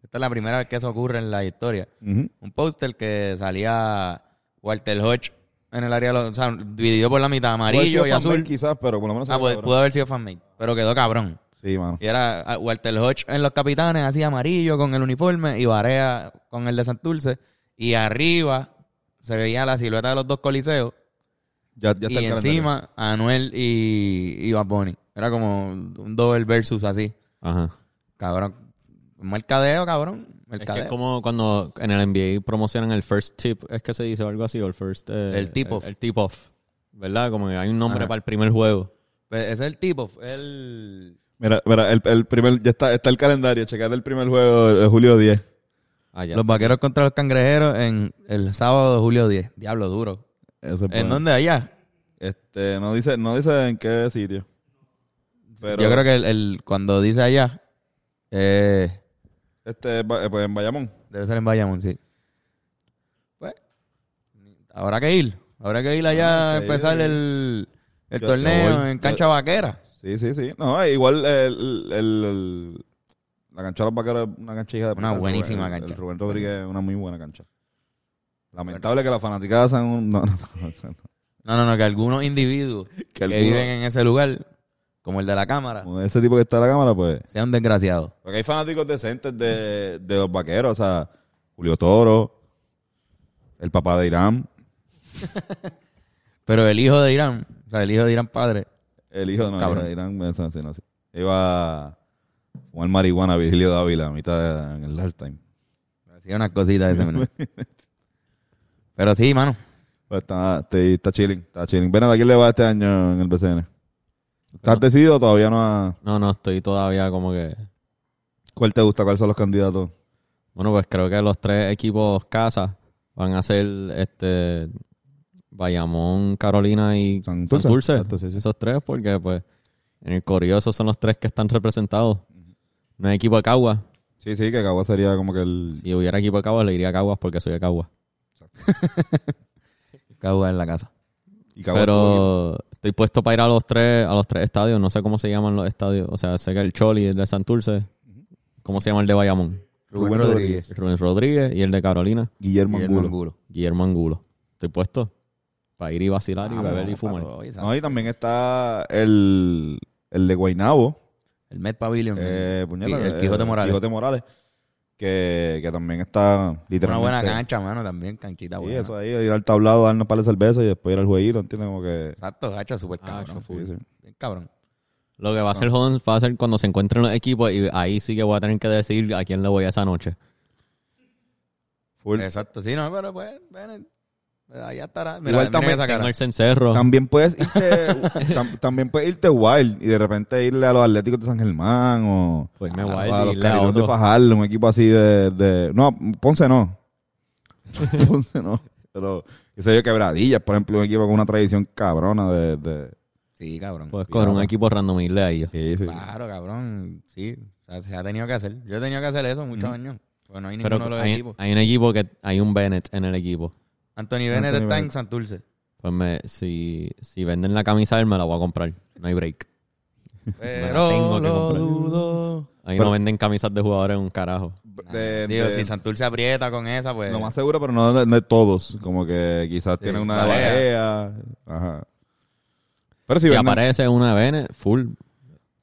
A: esta es la primera vez que eso ocurre en la historia.
D: Ujú.
A: Un póster que salía Walter Hodge en el área, de los- o sea, dividido por la mitad, amarillo
D: Puede
A: y
D: ser fanbase
A: azul.
D: Quizás, pero por lo menos... se
A: Ah,
D: ve
A: pues,
D: cabrón.
A: pudo haber sido fanmate, pero quedó cabrón.
D: Sí, mano.
A: Y era ah, Walter Hodge en los capitanes, así amarillo con el uniforme, y Varea con el de Santurce. Y arriba se veía la silueta de los dos coliseos.
D: Ya, ya
A: y
D: está el
A: encima Anuel y, y Bad Bunny. Era como un double versus así.
E: Ajá.
A: Cabrón. Mercadeo, cabrón.
E: Es que
A: Mercadeo.
E: es como cuando en el NBA promocionan el first tip, es que se dice o algo así, o el first... eh,
A: El tip off.
E: El, tip off. ¿Verdad? Como que hay un nombre
A: Ajá.
E: para el primer juego.
A: Pues ese es el tipo. El...
D: calendario. Mira, mira, el, el primer, ya está, está el calendario, checate el primer juego, el- el julio 10.
E: Ah, ya.
A: Los vaqueros contra los cangrejeros en el sábado de julio 10. Diablo duro.
D: Ese es
A: ¿En
D: bueno.
A: dónde? Allá.
D: Este, no dice, no dice en qué sitio. Pero,
A: Yo creo que el, el- cuando dice allá, eh,
D: Este, va- eh, pues en Bayamón.
A: Debe ser en Bayamón, sí. Pues, habrá que ir. Habrá que ir allá
D: Ah,
A: a
D: ok.
A: empezar el, el
D: Yo-
A: torneo
D: yo voy.
A: en cancha vaquera.
D: Sí, sí, sí. No, eh, igual el, el- el- la cancha de los vaqueros es una cancha hija de
A: Una
D: puta, el
A: buenísima
D: Rubén- el-
A: cancha.
D: El Rubén Rodríguez es una muy buena cancha. Lamentable que las fanaticadas sean un- no, no, no, no,
A: No, no, no, que algunos individuos que,
D: algunos-
A: viven en ese lugar, como el de la cámara,
D: no. Ese tipo que está en la cámara, pues.
A: sean desgraciados.
D: Porque hay fanáticos decentes de, de los vaqueros, o sea, Julio Toro, el papá de Irán,
A: Pero el hijo de Irán, o sea, el hijo de Irán padre,
D: el hijo de no,
A: Cabrón.
D: Irán, Irán, eso no, sí, no, sí. Iba a fumar marihuana Virgilio Dávila a mitad de- en el halftime.
A: hacía unas cositas de ese menú. Pero sí, mano.
D: Pues está, te- está chilling, está chilling. Ven, ¿a quién le va este año en el BCN? ¿Estás decidido o todavía no? ha-
E: No, no, estoy todavía como que...
D: ¿Cuál te gusta? ¿Cuáles son los candidatos?
E: Bueno, pues creo que los tres equipos casa van a ser este Bayamón, Carolina y
D: Santurce.
E: Santurce.
D: Exacto, sí, sí.
E: Esos tres, porque pues en el Corillo esos son los tres que están representados. No hay equipo de Caguas.
D: Sí, sí, que Cagua sería como que el...
E: Si hubiera equipo de Caguas, le iría a Caguas porque soy de Caguas.
A: que jugar en la casa.
D: Y cagó todo.
E: Pero estoy puesto para ir a los tres, a los tres estadios. No sé cómo se llaman los estadios. O sea, sé que el Choli, el de Santurce. ¿Cómo se llama el de Bayamón?
D: Rubén Rodríguez.
E: Rubén Rodríguez y el de Carolina,
D: Guillermo
A: Y el
D: Angulo.
A: Angulo.
E: Guillermo Angulo. Estoy puesto para ir y vacilar y
A: Ah,
E: beber y fumar.
D: No, y también está el, el de Guainabo.
A: El Met Pavilion.
D: Eh, puñeta,
A: el
D: eh,
A: Quijote Morales.
D: Quijote Morales. Que, que también está literalmente.
A: Una buena cancha, mano, también, canchita
D: Sí,
A: buena.
D: eso ahí, ir al tablado, darnos para la cerveza y después ir al jueguito, ¿entiendes? Como que.
A: Exacto, gacha súper
E: Ah,
A: cabrón.
E: yo fui.
D: sí, sí.
A: Bien cabrón.
E: Lo que va a ser jodón va a ser cuando se encuentren los equipos y ahí sí que voy a tener que decidir a quién le voy esa noche.
D: Full.
A: Exacto, sí, no, pero pues, ven, allá estará. Mira,
D: Igual
A: mira
D: también
A: esa cara.
E: Tengo el cencerro.
D: También puedes irte, tam- también puedes irte wild y de repente irle a los Atléticos de San Germán o
E: Pues me
D: a,
E: voy a
D: los
E: decirle a
D: Carinos de
E: otro.
D: Fajardo, un equipo así de, de- no, Ponce no. Ponce no, pero qué sé yo, Quebradillas, por ejemplo, un equipo con una tradición cabrona de, de-
A: Sí, cabrón.
E: Puedes pues, coger un equipo random y irle a ellos.
D: sí, sí.
A: Claro, cabrón. Sí, o sea, se ha tenido que hacer. Yo he tenido que hacer eso muchos años. Porque no hay ninguno
E: Pero
A: de los
E: hay,
A: equipos.
E: hay un equipo que hay un Bennett en el equipo.
A: Anthony Bennett
D: Anthony
A: está en
D: Bennett.
A: Santurce.
E: Pues me, si, si venden la camisa de él, me la voy a comprar. No hay break. tengo
A: Pero
E: que
A: lo
E: comprar.
A: dudo.
E: Ahí
D: Pero-
E: no venden camisas de jugadores un carajo.
D: De-
A: Digo,
D: de-
A: si Santurce aprieta con esa, pues.
D: lo más seguro, pero no de, no de todos, como que quizás tienen una
A: Barea.
D: barea, ajá. Pero si
E: Si
D: venden,
E: aparece una Bennett, full,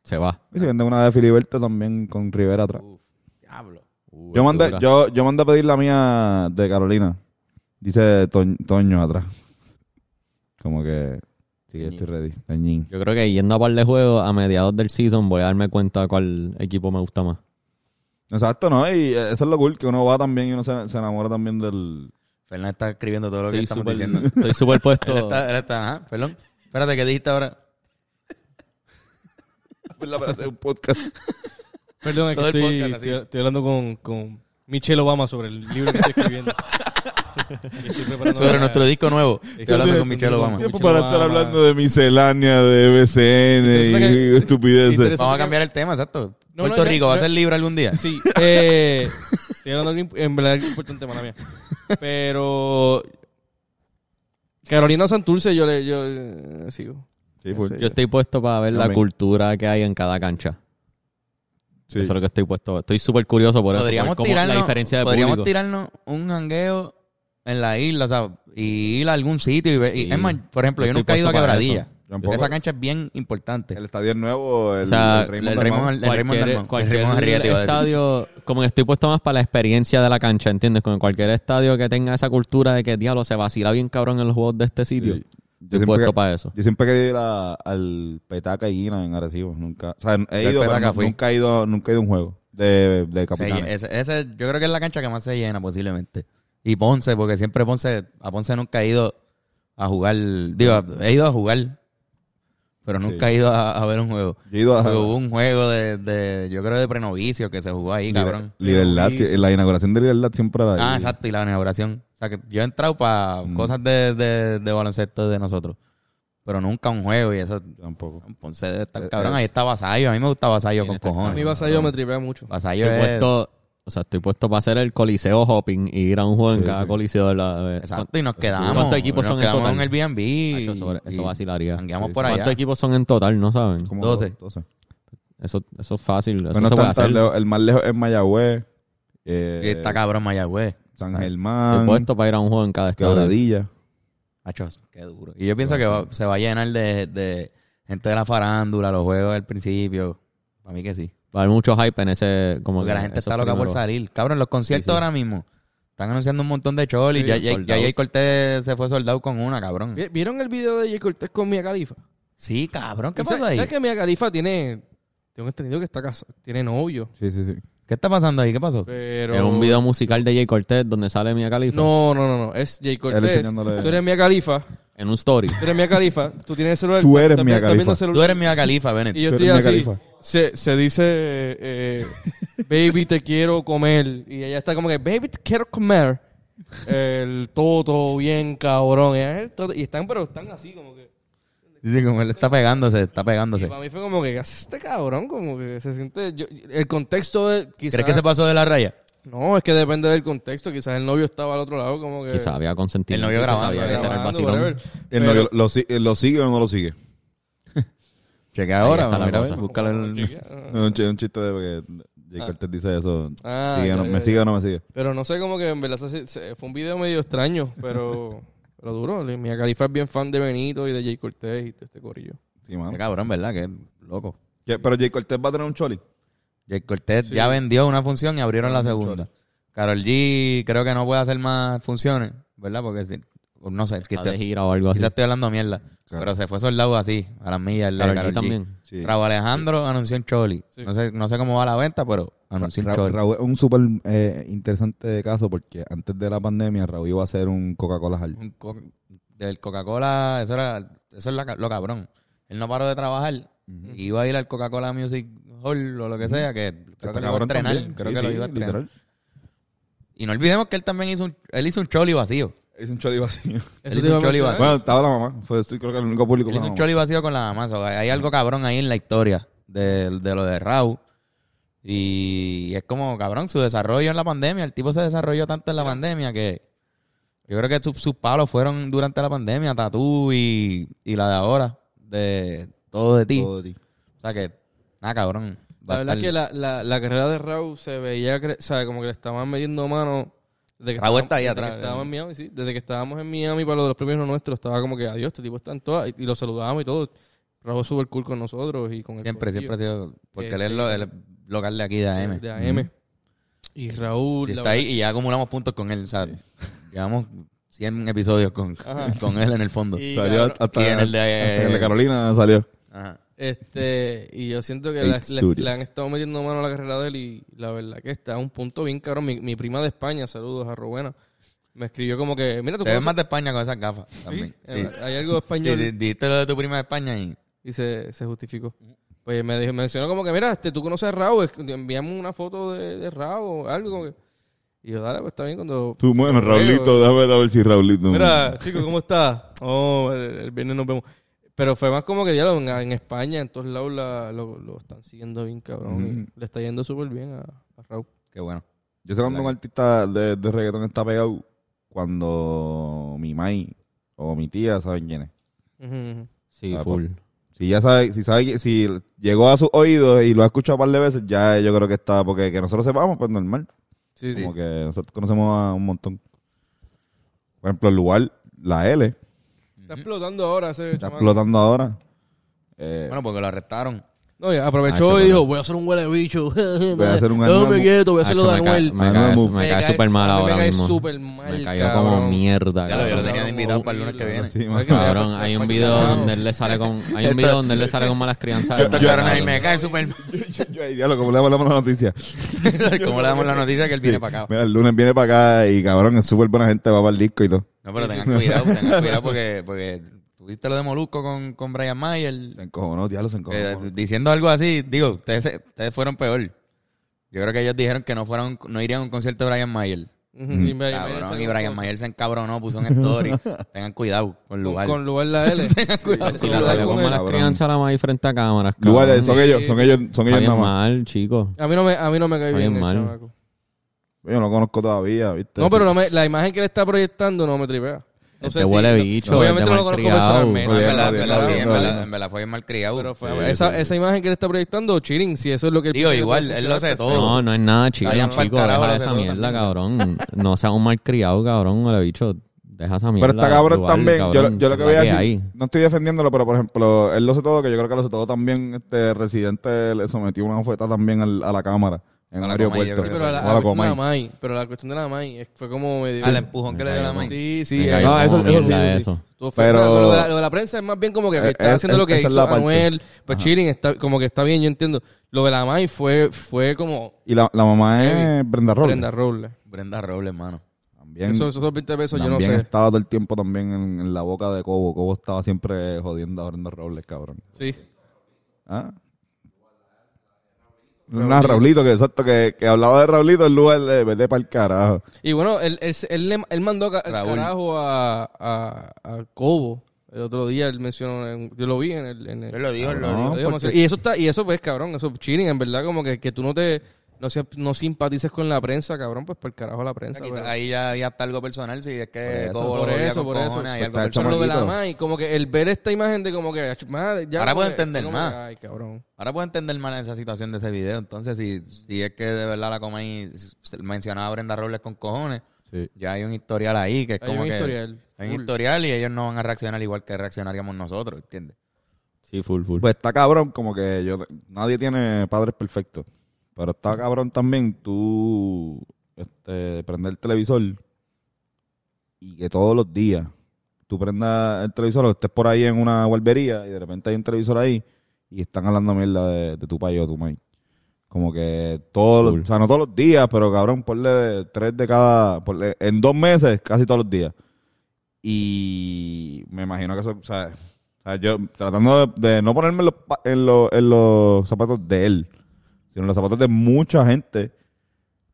E: se va.
D: si venden una de Filiberto también con Rivera atrás.
C: Uh,
A: Diablo.
C: pues,
D: Yo mandé,
E: Dura.
D: yo, yo mandé a pedir la mía de Carolina. Dice Toñ- Toño atrás. Como que. Sí, que estoy ready. Toñín.
E: Yo creo que yendo a par de juegos a mediados del season voy a darme cuenta cuál equipo me gusta más.
D: Exacto, ¿no? Y eh, eso es lo cool, que uno va también y uno se, se enamora también del.
A: Fernández está escribiendo todo lo que
E: Estoy
A: estamos
E: súper
A: diciendo.
E: estoy súper
A: Él
E: puesto.
A: está, él está, ajá, perdón. Espérate, ¿qué dijiste ahora?
D: ¿Verdad? Para hacer un podcast.
C: Perdón, es que
A: Todo el
C: estoy,
A: podcast así.
C: estoy- estoy hablando con, con Michelle Obama sobre el libro que estoy escribiendo. Y estoy preparando
A: Sobre
C: la-
A: nuestro disco nuevo. Estoy hablando con Michelle Obama.
D: Tiempo
C: Mucho
D: para
C: más-
D: estar hablando de miscelánea, de
C: Interesante
D: BCN y
C: que-
D: estupideces.
C: interesante.
A: Vamos a cambiar el tema, exacto.
C: No,
A: Puerto
C: no, ya-
A: Rico va a
C: ya-
A: ser libre algún día.
C: Sí, eh, estoy hablando de algo imp- en verdad algo importante, mala mía. Pero Carolina Santurce yo le yo eh, sigo.
D: Sí, fue.
E: Yo estoy puesto para ver
D: No,
E: la
D: me-
E: cultura que hay en cada cancha.
D: Sí.
E: Eso es lo que estoy puesto. Estoy súper curioso por eso.
A: Podríamos
E: por cómo-
A: tirarnos,
E: la diferencia de
A: podríamos
E: público.
A: tirarnos un jangueo en la isla, o sea, y ir a algún sitio. Y, ver- y-
E: Sí.
A: es más, por ejemplo,
E: Yo
A: yo, nunca
E: estoy
A: he ido a
E: puesto para
A: Quebradilla.
E: eso.
D: Tampoco.
A: Esa cancha es bien importante.
D: El estadio es nuevo, el,
E: O sea,
D: el Raymond
A: el
D: Dalmau.
A: Raymond- el Raymond
E: cualquier,
A: Dalmau.
E: cualquier
A: El Raymond Arrieta, iba a decir.
E: estadio, como que estoy puesto más para la experiencia de la cancha, ¿entiendes? Con cualquier estadio que tenga esa cultura de que diablo se vacila bien cabrón en los juegos de este sitio.
D: Sí.
E: Estoy
D: siempre
E: puesto
D: que-
E: para eso.
D: Yo siempre he querido ir a- al Petaca y Guina en Arecibo. Nunca, o sea, he
A: Yo al
D: ido, pero
A: Petaca
D: nu-
A: fui.
D: nunca he ido, nunca he ido a un juego de, de
A: Se
D: capitanes.
A: lle- ese- ese- yo creo que es la cancha que más se llena posiblemente. Y Ponce, porque siempre Ponce, a Ponce nunca he ido a jugar, digo, a- he ido a jugar, pero nunca he ido a, a ver un juego.
D: Yo he ido a-
A: Porque Hubo un juego de, de- yo creo de prenovicio que se jugó ahí,
D: Lider-
A: cabrón.
D: Lider Lat, sí, en la inauguración de Liderlat siempre era ahí.
A: Ah, exacto, y la inauguración. O sea, que yo he entrado para cosas de, de- de baloncesto de nosotros, pero nunca un juego y eso.
D: Tampoco.
A: Ponce debe estar
D: Es-
A: cabrón,
D: es-
A: ahí está Vasallo, a mí me gusta Vasallo con
E: Tiene este
C: A mí
A: cojones.
C: Vasallo me tripea mucho.
A: Vasallo
E: Estoy
A: es...
E: puesto, o sea, estoy puesto para hacer el coliseo hopping y ir a un juego en
D: Sí,
E: cada
D: sí.
E: coliseo de la de-
A: Exacto, y nos quedamos.
E: ¿Cuántos equipos
A: nos
E: son en
A: quedamos
E: total?
A: en el B&B.
E: Hacho,
A: y-
E: sobre- eso
A: y
E: vacilaría.
A: jangueamos
E: Sí.
A: por allá.
E: ¿Cuántos equipos son en total? No saben.
D: Como
A: 12.
D: 12.
E: Eso, eso es fácil. Eso
D: Bueno,
E: se puede
D: está-
E: hacer.
D: está lejos- el más lejos es Mayagüez, eh,
A: Y está cabrón Mayagüez.
D: San
A: ¿sabes?
E: Estoy
D: Germán,
E: puesto para ir a un juego en cada estadio.
D: Quebradilla.
A: Hacho, qué duro. Y yo pienso que va- se va a llenar de, de gente de la farándula, los juegos del principio. Para mí que sí.
E: Va a haber mucho hype en ese. Como
A: Porque
E: que
A: la gente
E: esos
A: está loca por
E: primeros-
A: salir. Cabrón, los conciertos
E: Sí, sí.
A: ahora mismo. Están anunciando un montón de cholis.
E: Sí,
A: ya, ya,
E: sold out.
A: ya Jay Cortés se fue soldado con una, cabrón.
C: ¿Vi- ¿Vieron el video de J. Cortés con Mia Khalifa?
A: Sí, cabrón. ¿Qué
C: Y sa-
A: pasa ahí?
C: ¿Sabes que Mia Khalifa tiene tengo entendido que está casada, tiene novio,
D: Sí, sí, sí.
A: ¿Qué está pasando ahí? ¿Qué pasó?
C: pero
E: Es un video musical de Jay Cortez donde sale Mia Khalifa.
C: No, no, no, no, es J. Cortés.
D: enseñándole-
C: Tú eres Mia Khalifa,
E: En un story.
C: tú eres Mia Khalifa, tú tienes el celular.
D: Tú eres
C: estás-
D: Mia
C: estás viendo
D: Khalifa.
C: el celular.
A: Tú eres mi califa, Bennett.
C: Y yo
D: Tú
C: estoy
D: eres
C: así.
D: Mia
C: Se, se dice, eh, baby, te quiero comer. Y ella está como que, baby, te quiero comer. El toto bien cabrón. Y, el toto- y están, pero están así como que.
A: Dice como él está pegándose, está
C: Y
A: pegándose.
C: para mí fue como que, ¿qué hace este cabrón? Como que se siente. yo- el contexto de. Quizá,
A: ¿Crees que se pasó de la raya?
C: No, es que depende del contexto. Quizás el novio estaba al otro lado, como que.
E: Quizás había consentido.
A: El novio
E: quizás
A: grabando,
E: sabía que ese era el
C: grabando,
E: vacilón.
C: whatever.
D: El
C: Pero-
D: novio, Eh, ¿lo, si- lo sigue o no lo sigue?
A: Checa ahora,
E: está la
A: mira, a ver,
E: cosa.
A: búscalo en el...
D: No, un, chiste, un chiste de que Jay Carter dice eso.
C: Ah,
D: Sigue
C: ya,
D: o no-
C: ya,
D: ¿Me
C: ya.
D: sigue o no me sigue?
C: Pero no sé cómo que en verdad se- se- fue un video medio extraño, pero, pero duro. Mia Califa es bien fan de Benito y de Jay Cortés y todo este corillo.
D: Sí, mano.
A: Qué cabrón, ¿verdad? Que loco.
D: ¿Qué- Pero Jay Cortez va a tener un choli.
A: Jay Cortez ya vendió una función y abrieron la segunda. Carol G creo que no puede hacer más funciones, ¿verdad? Porque si- no sé,
E: Está de
A: quizás,
E: gira o algo así.
A: quizás estoy hablando mierda. Pero se fue soldado así, a las millas. el de
E: Karol G
A: Karol G.
E: también.
D: Sí.
A: Raúl Alejandro anunció un choli. No, sé, no sé cómo va la venta, pero anunció un
D: Ra-
A: choli.
D: Raúl es un súper eh, interesante caso porque antes de la pandemia Raúl iba a hacer un Coca-Cola Hard.
A: Un co- del Coca-Cola, eso era eso es la ca- lo cabrón. Él no paró de trabajar. Iba a ir al Coca-Cola Music Hall o lo que sea, que creo que lo iba a entrenar.
D: también.
A: Creo
D: Sí,
A: que lo
D: sí,
A: iba a entrenar.
D: literal.
A: Y no olvidemos que él también hizo un, él hizo un choli vacío.
D: Hizo un choli vacío.
A: hizo un choli
C: mencionar.
A: Ah.
D: Bueno, estaba la mamá. Fue, sí, creo que el único público
A: Él
D: fue
A: hizo
D: la
A: un
D: mamá.
A: choli vacío con la mamá. o sea, hay algo cabrón ahí en la historia de, de lo de Raúl. Y es como, cabrón, su desarrollo en la pandemia. El tipo se desarrolló tanto en la pandemia que yo creo que su- sus palos fueron durante la pandemia, Tatú y, y la de ahora, de todo de ti.
D: Todo de ti.
A: O sea que, nada, cabrón.
C: La
A: va a
C: verdad es
A: estar-
C: que la, la, la carrera de Raúl se veía, cre- o sea, como que le estaban metiendo mano. Desde que
A: Raúl
C: estábamos-
A: está ahí
C: desde
A: atrás,
C: que
A: eh.
C: estábamos en Miami, sí. Desde que estábamos en Miami para lo de los premios no nuestros, estaba como que adiós, este tipo está en todas. Y, y lo saludábamos y todo. Raúl es súper cool con nosotros y con el
A: siempre, siempre ha
C: corillo
A: sido. Porque
C: Que-
A: él es lo- él es local de aquí, de AM.
C: De AM. Y Raúl.
A: Y
C: la
A: está ahí y ya acumulamos puntos con él. O sea, llevamos 100 episodios con, con él en el fondo.
C: Y,
D: Salió
C: cabrón,
D: hasta, hasta
A: Y en el
D: el
A: de- eh,
D: de Carolina salió.
A: Ajá.
C: Este, y yo siento que
D: Eight
C: la- le,
D: Studios.
C: le han estado metiendo mano a la carrera de él y la verdad que está a un punto bien cabrón. Mi, mi prima de España, saludos a Rowena, me escribió como que, mira, tú
A: Te ves
C: conoces-
A: más de España con esas gafas
C: Sí,
A: también. Sí.
C: eh, hay algo
A: Sí,
C: español
A: di- dijiste lo de tu prima de España y
C: y se, se justificó. Pues me dijo, mencionó como que, mira, este, tú conoces a Raúl, es- te enviamos una foto de, de Raúl o algo como que... Y yo, dale, pues está bien cuando...
D: Tú, bueno,
C: cuando
D: Raulito,
C: veo".
D: déjame ver a ver si Raulito.
C: Mira, chico, ¿cómo estás? Oh, el, el viernes nos vemos. Pero fue más como que ya lo- en, en España, en todos lados la- lo, lo están siguiendo bien, cabrón.
D: Ujú.
C: Y le está yendo súper bien a, a Raúl.
A: qué bueno.
D: Yo sé cuando un artista de, de reggaetón está pegado cuando mi mai o mi tía saben quién es.
C: Ujú.
E: Sí,
D: Ah,
E: full.
D: Si ya sabe, si sabe, si llegó a sus oídos y lo ha escuchado un par de veces, ya yo creo que está, porque que nosotros sepamos, pues normal.
C: Sí, sí.
D: Como que nosotros conocemos a un montón. Por ejemplo, el lugar, la L,
C: Está explotando ahora ese
D: está
C: chamaco.
D: explotando ahora. Eh,
A: Bueno, porque lo arrestaron.
C: No, ya
E: Ah,
C: aprovechó y
E: ese
C: dijo,
E: bueno.
C: voy a hacer un huele bicho.
D: voy a hacer un
C: No me
D: álbum.
C: quieto, voy a hacerlo de
E: Hacho, me cae-
C: Anuel.
E: me
D: Anuel
E: cae-
D: Move.
E: Me
C: Me
E: cae
C: cae-
E: súper mal
C: a mí me
E: ahora
C: cae
E: mismo.
C: súper mal,
E: Me cayó como
C: cabrón.
E: mierda.
A: Ya lo, yo lo
E: cabrón.
A: tenía de invitado para el lunes que viene.
D: Sí,
C: Hay
D: mano.
C: que saber-
E: Cabrón, hay un video donde él le sale con hay un video donde él le sale con malas crianzas.
A: Estos
E: hermano,
A: cabrones ahí
E: cabrón.
A: me cae súper mal.
D: Yo, ay, diablo, como le hablamos la noticia.
A: ¿Cómo le damos la noticia que él viene
D: Sí.
A: para acá?
D: Mira, el lunes viene para acá y cabrón, es súper buena gente, va para el disco y todo.
A: No, pero tengan cuidado, tengan cuidado porque, porque tuviste lo de Molusco con, con Brian Mayer.
D: Se encojonó, diablo, se
A: que,
C: Eh,
D: encojonó.
A: diciendo algo así, digo, ustedes, se- ustedes fueron peor. Yo creo que ellos dijeron que no fueron, no irían a un concierto de Brian Mayer.
C: Ujú, y Brian Mayer
A: Cabrón,
C: sacó
A: y Brian
C: cosas.
A: Mayer se encabronó, puso un story. Tengan cuidado con
C: Con-
A: el lugar.
C: Con lugar la L.
A: cuidado.
E: Si la salió con
C: Cabrón.
E: malas crianzas la maíz frente a cámaras. cabrón.
D: Lugares, son ellos, son ellos, son
E: Está
D: ellos
E: bien
D: nada más.
E: mal, chico.
C: A mí no me, a mí no me cae
E: Está
C: bien, el
E: bien mal.
C: chamaco.
D: Yo no lo conozco todavía, ¿viste?
C: No, pero no me- la imagen que le está proyectando no me tripea. No
E: Este huele
C: no-
E: bicho,
C: obviamente
E: este
C: no lo conozco
E: malcriado.
A: En
C: personalmente.
D: Oye,
A: verdad, en
D: no,
A: verdad,
D: no,
A: sí, en
D: no,
A: verdad,
D: no.
A: en verdad fue mal criado.
C: Pero fue- esa, esa imagen que le está proyectando, Chirin, si eso es lo que... él
A: Digo,
C: piensa que
A: igual,
C: puede
A: él lo hace
C: funcionar,
A: todo.
E: No, no es nada, chico.
A: Vayan pa'l
E: chico,
A: carajo
E: deja
A: los
E: esa
A: dos
E: mierda,
A: también.
E: cabrón. No seas un malcriado, cabrón, huele bicho. Deja esa mierda.
D: Pero está cabrón
E: lugar,
D: también. Yo lo-
E: cabrón,
D: yo, lo que voy a
E: lugar
D: decir,
E: hay.
D: no estoy defendiéndolo, pero por ejemplo, él lo hace todo, que yo creo que lo hace todo también. Este residente le sometió una oferta también al- a la cámara
A: A la
D: en el
A: Comay,
D: aeropuerto.
A: yo
C: Sí,
A: creo.
C: pero la,
D: O a
C: la
D: la
C: cuestión de la
D: Comay.
C: Mai, pero la cuestión de la Mai eh, fue como medio...
A: Al empujón que le dio la
E: Me
A: mano.
C: Sí, sí.
E: Me
C: eh,
E: cayó
D: No,
E: como
D: eso- eso
E: mierda
D: sí, sí,
E: eso.
C: estuvo feo.
D: Pero-
C: O sea, lo, de la, lo de la prensa es más bien como que
D: Eh,
C: está
D: es-
C: haciendo lo que
D: es- esa
C: hizo
D: es la parte.
C: Anuel. Pues Chirin está, como que está bien, yo entiendo. Lo de la Mai fue, fue como
D: Y la, la mamá es Brenda Roll.
C: Brenda Robles.
A: Brenda Robles, hermano.
D: También,
C: Eso, esos 20 pesos, yo no
D: también
C: sé.
D: estaba todo el tiempo también en, en la boca de Cobo. Cobo estaba siempre jodiendo a Brenda Robles, cabrón.
C: Sí.
D: ¿Ah? Una Raulito, que exacto, que, que hablaba de Raulito en lugar de vete para el carajo.
C: Y bueno, él, él, él le- él mandó ca- al
A: Raúl.
C: carajo a, a, a Cobo. El otro día él mencionó, en- yo lo vi en el... en el-
A: Él lo dijo, él lo
D: Cabrón.
A: dijo.
C: lo dijo,
D: porque-
C: mencionó. Y eso está, y eso pues cabrón, eso cheating, en verdad, como que, que tú no te... no, se- no simpatices con la prensa, cabrón, pues por carajo la
A: O
C: prensa.
A: sea, quizás
C: pero-
A: ahí ya, ya está algo personal, si es que
D: eso,
A: todo
C: por
A: lo odia
C: eso,
A: con
C: por eso.
A: cojones, hay algo
D: Pues está el
C: Por
A: personal.
C: lo de la
D: chamaquito.
C: MAI, como que el ver esta imagen de como que. ach, madre, ya,
A: Ahora
C: como
A: puedo
C: que,
A: entender
C: fue como
A: más.
C: que, Ay, cabrón.
A: Ahora puedo entender mal esa situación de ese video. Entonces, si, si es que de verdad la Comay se- mencionaba a Brenda Robles con cojones,
D: Sí.
A: ya hay un historial ahí que es
C: Hay
A: como
C: un
A: que-
C: historial,
A: Hay un
C: full.
A: historial y ellos no van a reaccionar igual que reaccionaríamos nosotros, ¿entiendes?
E: Sí, full, full.
D: Pues está cabrón, como que yo nadie tiene padres perfectos. Pero está cabrón también tú este, prender el televisor y que todos los días tú prendas el televisor o estés por ahí en una barbería y de repente hay un televisor ahí y están hablando mierda de, de tu país o tu maíz. Como que todos, los-
E: Cool.
D: o sea, no todos los días, pero cabrón, ponle tres de cada, ponle- en dos meses, casi todos los días. Y me imagino que eso, o sea, o sea, yo tratando de, de no ponerme en los, pa- en, los- en los zapatos de él, sino en los zapatos de mucha gente,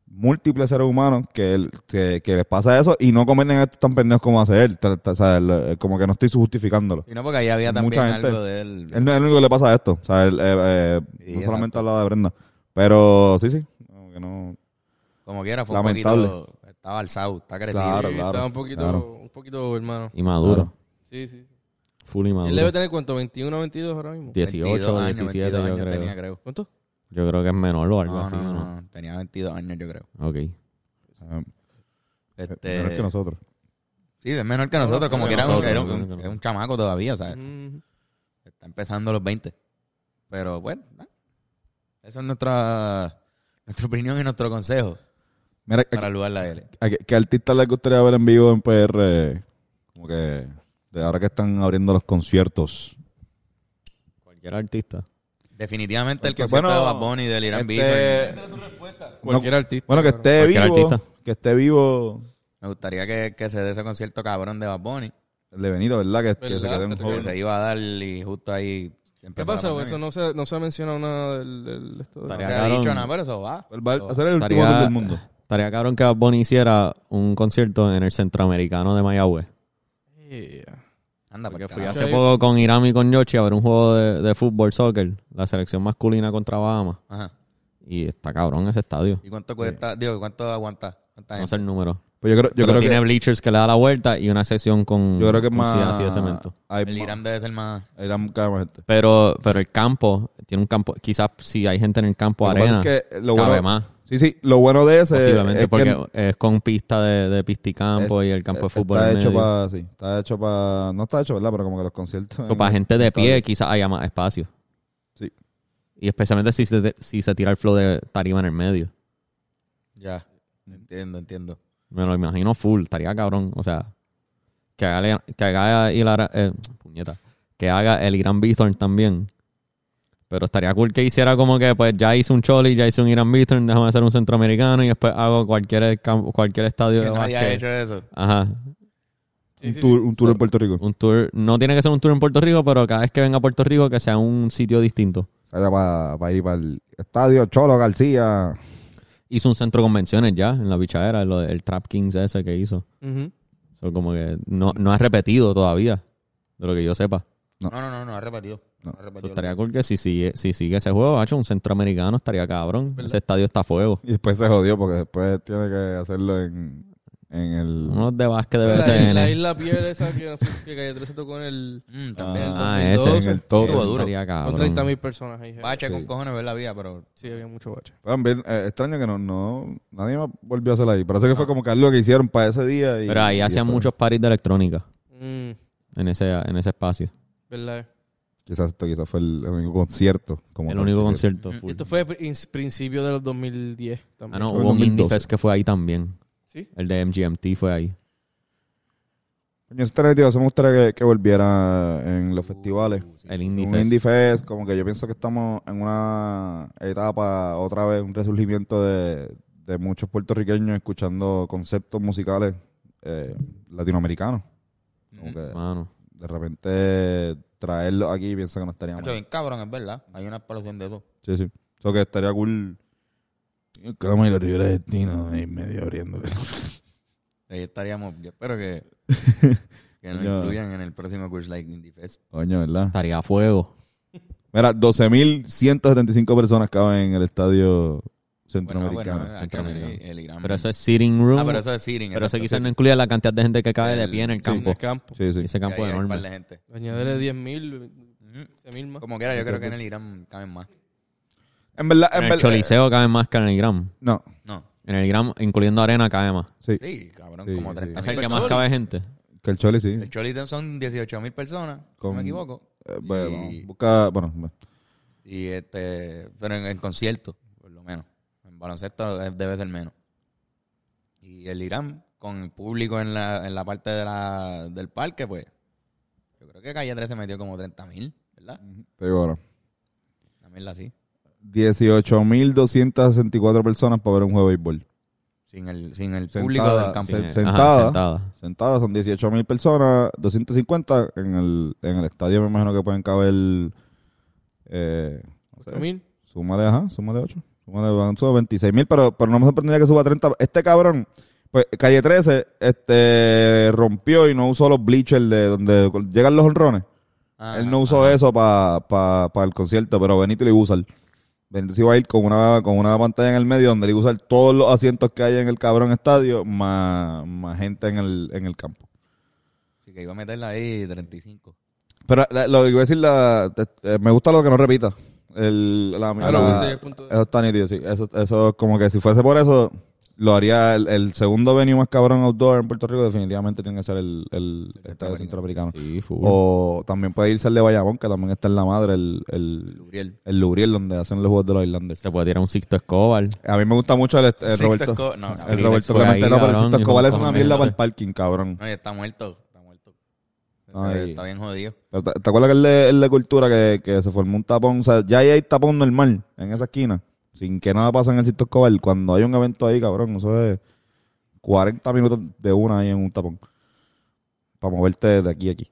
D: múltiples seres humanos que, él- que, que les pasa eso y no cometen estos tan pendejos como hace él. Tra- tra- o sea, el- como que no estoy justificándolo.
A: Y no porque ahí había también
D: Mucha gente.
A: algo de él.
D: Él no es el único que le pasa esto. O sea, él, eh, eh,
A: Sí,
D: no solamente
A: exacto.
D: hablaba de Brenda. Pero sí, sí. Como que no.
A: Como quiera, fue
D: Lamentable.
A: un poquito... Estaba alzado, está crecido.
D: Claro,
C: Sí,
D: claro,
C: Estaba un poquito,
D: claro.
C: un poquito, hermano.
E: Y maduro.
D: Claro.
C: Sí, sí.
E: Full y
C: Él debe
E: maduro.
C: tener cuánto, 21 o 22 ahora mismo.
E: 18,
A: 22 años, 22
E: 17, yo
A: años
E: creo.
A: tenía, creo.
C: ¿Cuánto?
E: Yo creo que es menor o algo
A: No,
E: así,
A: no,
E: ¿no?
A: no, tenía 22 años, yo creo.
E: Ok.
D: eh,
A: Este,
D: menos que nosotros.
A: Sí, es menor que
C: No, no,
A: nosotros, como
C: que
A: que era,
E: nosotros,
A: era un,
E: menor que
A: es un chamaco todavía,
D: Eh.
A: ¿sabes?
C: Mm.
A: Está empezando los 20. Pero bueno, nah. esa es nuestra, nuestra opinión y nuestro consejo
D: Mira,
A: para ayudarla a él.
D: ¿A qué, qué artista les gustaría ver en vivo en PR? Como que de ahora que están abriendo los conciertos.
E: Cualquier artista.
A: Definitivamente el
D: Porque,
A: concierto
D: bueno,
A: de Bad Bunny, del Irán
D: este-
A: Bison.
C: Cualquier artista.
D: Bueno, que
C: cabrón.
D: esté
E: Cualquier
D: vivo.
E: artista.
D: Que esté vivo
A: Me gustaría que, que se dé ese concierto cabrón de Bad Bunny.
D: el de Benito, ¿verdad? Que, que se
C: ¿Verdad?
D: quede un
C: Te
A: Que
D: joven.
A: se iba a dar y justo ahí
C: ¿Qué
A: empezó la
C: pasó?
A: pandemia.
C: Eso no se, no se ha mencionado nada del, del esto de-
A: No se
E: Estaría
A: ha dicho
E: cabrón.
A: nada, pero eso va.
D: Él va
A: Eso
D: a
A: va.
D: hacer el último tour
E: Estaría-
D: del mundo.
E: Estaría cabrón que Bad Bunny hiciera un concierto en el Centroamericano de Mayagüez.
C: Yeah.
A: Anda,
E: Porque
A: pa'l
E: fui
A: carajo.
E: hace poco con Irami y con Yoshi a ver un juego de, de fútbol, soccer, la selección masculina contra Bahamas.
A: Ajá.
E: Y está cabrón ese estadio.
A: ¿Y cuánto cuesta? Digo, ¿cuánto aguanta? ¿Cuánta
E: No
A: gente?
E: sé el número.
D: Pues yo creo, yo
E: Pero
D: creo
E: tiene
D: que
E: bleachers que le da la vuelta y una sección con,
D: yo creo que es
E: con
D: más
E: sillas así de cemento.
D: Hay
A: El Irán debe ser más...
D: más- Irán cae más gente.
E: Pero, pero el campo, tiene un campo, quizás si hay gente en el campo
D: Lo que
E: arena,
D: pasa es que lo
E: cabe
D: bueno,
E: más.
D: Sí, sí, lo bueno de ese
E: Posiblemente
D: Este, es
E: porque
D: que
E: es con pista de, de pista y campo y el campo de
D: está
E: fútbol. en
D: hecho
E: medio.
D: para sí, está hecho para no está hecho, ¿verdad? Pero como que los conciertos
E: So, para
D: en-
E: gente de pie
D: estadio.
E: quizás haya más espacio.
D: Sí.
E: Y especialmente si se, si se tira el flow de tarima en el medio.
A: Ya, entiendo, entiendo.
E: Me lo imagino full, estaría cabrón. O sea, que haga, que haga el, ara- eh, puñeta, que haga el Irán Bithorn también. Pero estaría cool que hiciera como que, pues ya hice un Choli, ya hice un Irán Bithorn, déjame hacer un centroamericano y después hago cualquier, campo- cualquier estadio
A: Que
E: de
A: nadie ha
E: básquet.
A: hecho eso.
E: Ajá.
C: Sí, sí,
D: un tour, un tour
E: So-
D: en Puerto Rico.
E: Un tour, no tiene que ser un tour en Puerto Rico, pero cada vez que venga a Puerto Rico que sea un sitio distinto.
D: Sale para ir para el estadio Cholo García.
E: Hizo un centro de convenciones ya en la bichadera, lo del Trap Kings ese que hizo.
C: Ujú.
E: So, como que no, no ha repetido todavía, de lo que yo sepa.
D: No.
A: No, no, no, no, ha repetido. No, ha
E: So,
A: repetido.
E: estaría cool que si sigue, si sigue ese juego, hecho un centroamericano estaría cabrón. Ese estadio está a fuego.
D: Y después se jodió porque después tiene que hacerlo en, en el...
E: Unos de básquet de
C: La, isla- la
E: BCN.
C: isla piel esa que, no sé, que Calle 13 tocó en el...
A: Mm, también.
D: Ah,
E: Ah, ese.
D: en el todo.
E: Ese
A: Estuvo duro.
E: estaría
C: Con
E: cabrón.
C: 30 mil personas ahí.
A: Bache
D: Sí.
A: con cojones ver la vida, pero
C: Sí, había mucho bache.
D: Pero bien, eh, extraño que no, no nadie más volvió a hacerlo ahí. Parece
C: Ah.
D: que fue como que algo que hicieron para ese día. Y,
E: Pero ahí
D: y
E: hacían
D: después-
E: muchos parties de electrónica
C: Mm,
E: en ese, en ese espacio.
C: ¿Verdad?
D: Quizás esto quizás fue el, el único concierto. Como
E: el
D: tal,
E: único
D: que-
E: concierto.
A: Mm,
E: full.
C: Esto fue prin- principio de los 2010 también.
E: Ah, no,
D: Fue en
E: hubo un
D: 2012.
E: Indie Fest que fue ahí también.
C: ¿Sí?
E: El de MGMT fue ahí.
D: Coño, eso estaría nítido, eso me gustaría que, que volviera en
E: Uh.
D: los festivales.
E: El Indie
D: Un
E: Fest.
D: Indie Fest, como que yo pienso que estamos en una etapa, otra vez, un resurgimiento de, de muchos puertorriqueños escuchando conceptos musicales eh, latinoamericanos. Como que
E: Mano.
D: de repente traerlo aquí pienso que no estaría mal.
A: Hacho, bien cabrón, es verdad. Hay una explosión de eso.
D: Sí, sí. Eso que estaría cool. Croma y la Ribera de Tino ahí medio abriéndole.
A: Ahí estaríamos. Yo espero que, que nos
D: Ya.
A: incluyan en el próximo Quiz Like Indie Fest.
D: Coño, ¿verdad?
E: Estaría a fuego.
D: Mira, 12.175 personas caben en el estadio Centroamericana.
A: Bueno, bueno, acá
E: Centroamericana.
A: el- el Irán.
E: Pero eso es sitting room.
A: Ah, pero eso es seating.
E: pero eso
A: exacto,
E: quizás
A: sí.
E: no incluye la cantidad de gente que cabe de
A: El-
E: pie en el
D: sí.
E: campo.
C: el campo.
D: Sí, sí.
E: Ese
A: Que ahí
E: campo
A: hay
E: es
A: un par de
E: enorme.
A: gente.
C: Añadirle 10 mil, 15 mil más.
A: Como quiera, yo creo que en el Irán caben más.
D: En verdad, en
E: En el
D: verdad- eh,
E: Choliseo cabe más que en el Gram.
D: No,
A: No.
E: En el Gram, incluyendo arena, cabe más.
D: sí.
A: Sí, cabrón,
D: Sí,
A: como
D: sí.
A: 30
E: Es el
A: mil
E: que más
A: personas.
E: cabe gente. Eh,
D: Que el Choli sí.
A: El Cholito son 18 mil personas,
D: Con-
A: no me equivoco.
D: Eh, bueno,
A: Y-
D: busca, bueno, bueno.
A: Y este, pero en, en concierto, por lo menos. En baloncesto eh, debe ser menos. Y el Irán, con el público en la, en la parte de la, del parque, pues, yo creo que Calle 13 metió como 30 mil, ¿verdad?
D: te digo ahora.
A: También así.
D: 18.264 personas para ver un juego de béisbol.
A: Sin el, sin el
D: Sentada,
A: público del campo.
D: Sen-
E: Ajá,
D: sentada.
E: sentada.
D: Sentadas son 18.000 personas, 250 en el, en el estadio. Me imagino que pueden caber. Eh, no sé,
C: 8 mil.
D: súmale, ajá, súmale 8. Súmale, van suba 26.000, pero, pero no me sorprendería que suba a 30. Este cabrón, pues calle 13, este rompió y no usó los bleachers de donde llegan los honrones.
A: Ah,
D: Él no usó eso para el concierto, pero Benito le iba a usar. Benito se iba a ir con una, con una pantalla en el medio donde le iba a usar todos los asientos que hay en el cabrón estadio, más, más gente en el, en el campo.
A: Así que iba a meterla ahí 35.
D: Pero la- lo que iba a decir, la, te- eh, me gusta lo que no repita. El, la,
C: Ah,
D: la-
C: lo que ese es el punto de-
D: eso está nítido, sí. Eso, eso es como que si fuese por eso, lo haría el, el segundo venue más cabrón outdoor en Puerto Rico, definitivamente tiene que ser el, el, estadio centroamericano.
E: Sí, full.
D: O también puede irse al de Bayamón, que también está en la madre, el, el,
A: Lubriel.
D: el Lubriel, donde hacen los juegos de los irlandeses.
E: Se puede tirar un Sixto Escobar.
D: A mí me gusta mucho el, el
A: Sixto
D: Roberto.
A: Esco- no,
D: el
A: cabrón.
D: Roberto
E: fue
D: Clemente
E: ahí,
D: no, pero
E: cabrón,
D: Sixto
E: yo
D: Escobar
E: no
D: es una
E: comí,
D: mierda
E: no
D: para el
E: sé.
D: parking, cabrón.
A: No, y está muerto. Está muerto. Ese
D: Ay.
A: Está bien jodido.
D: Pero ¿Te te acuerdas que el de, el de cultura que, que se formó un tapón? O sea, ya ahí hay tapón normal en esa esquina, sin que nada pase en el Sixto Escobar. Cuando hay un evento ahí, cabrón, eso es 40 minutos de una ahí en un tapón. Para moverte de aquí a aquí.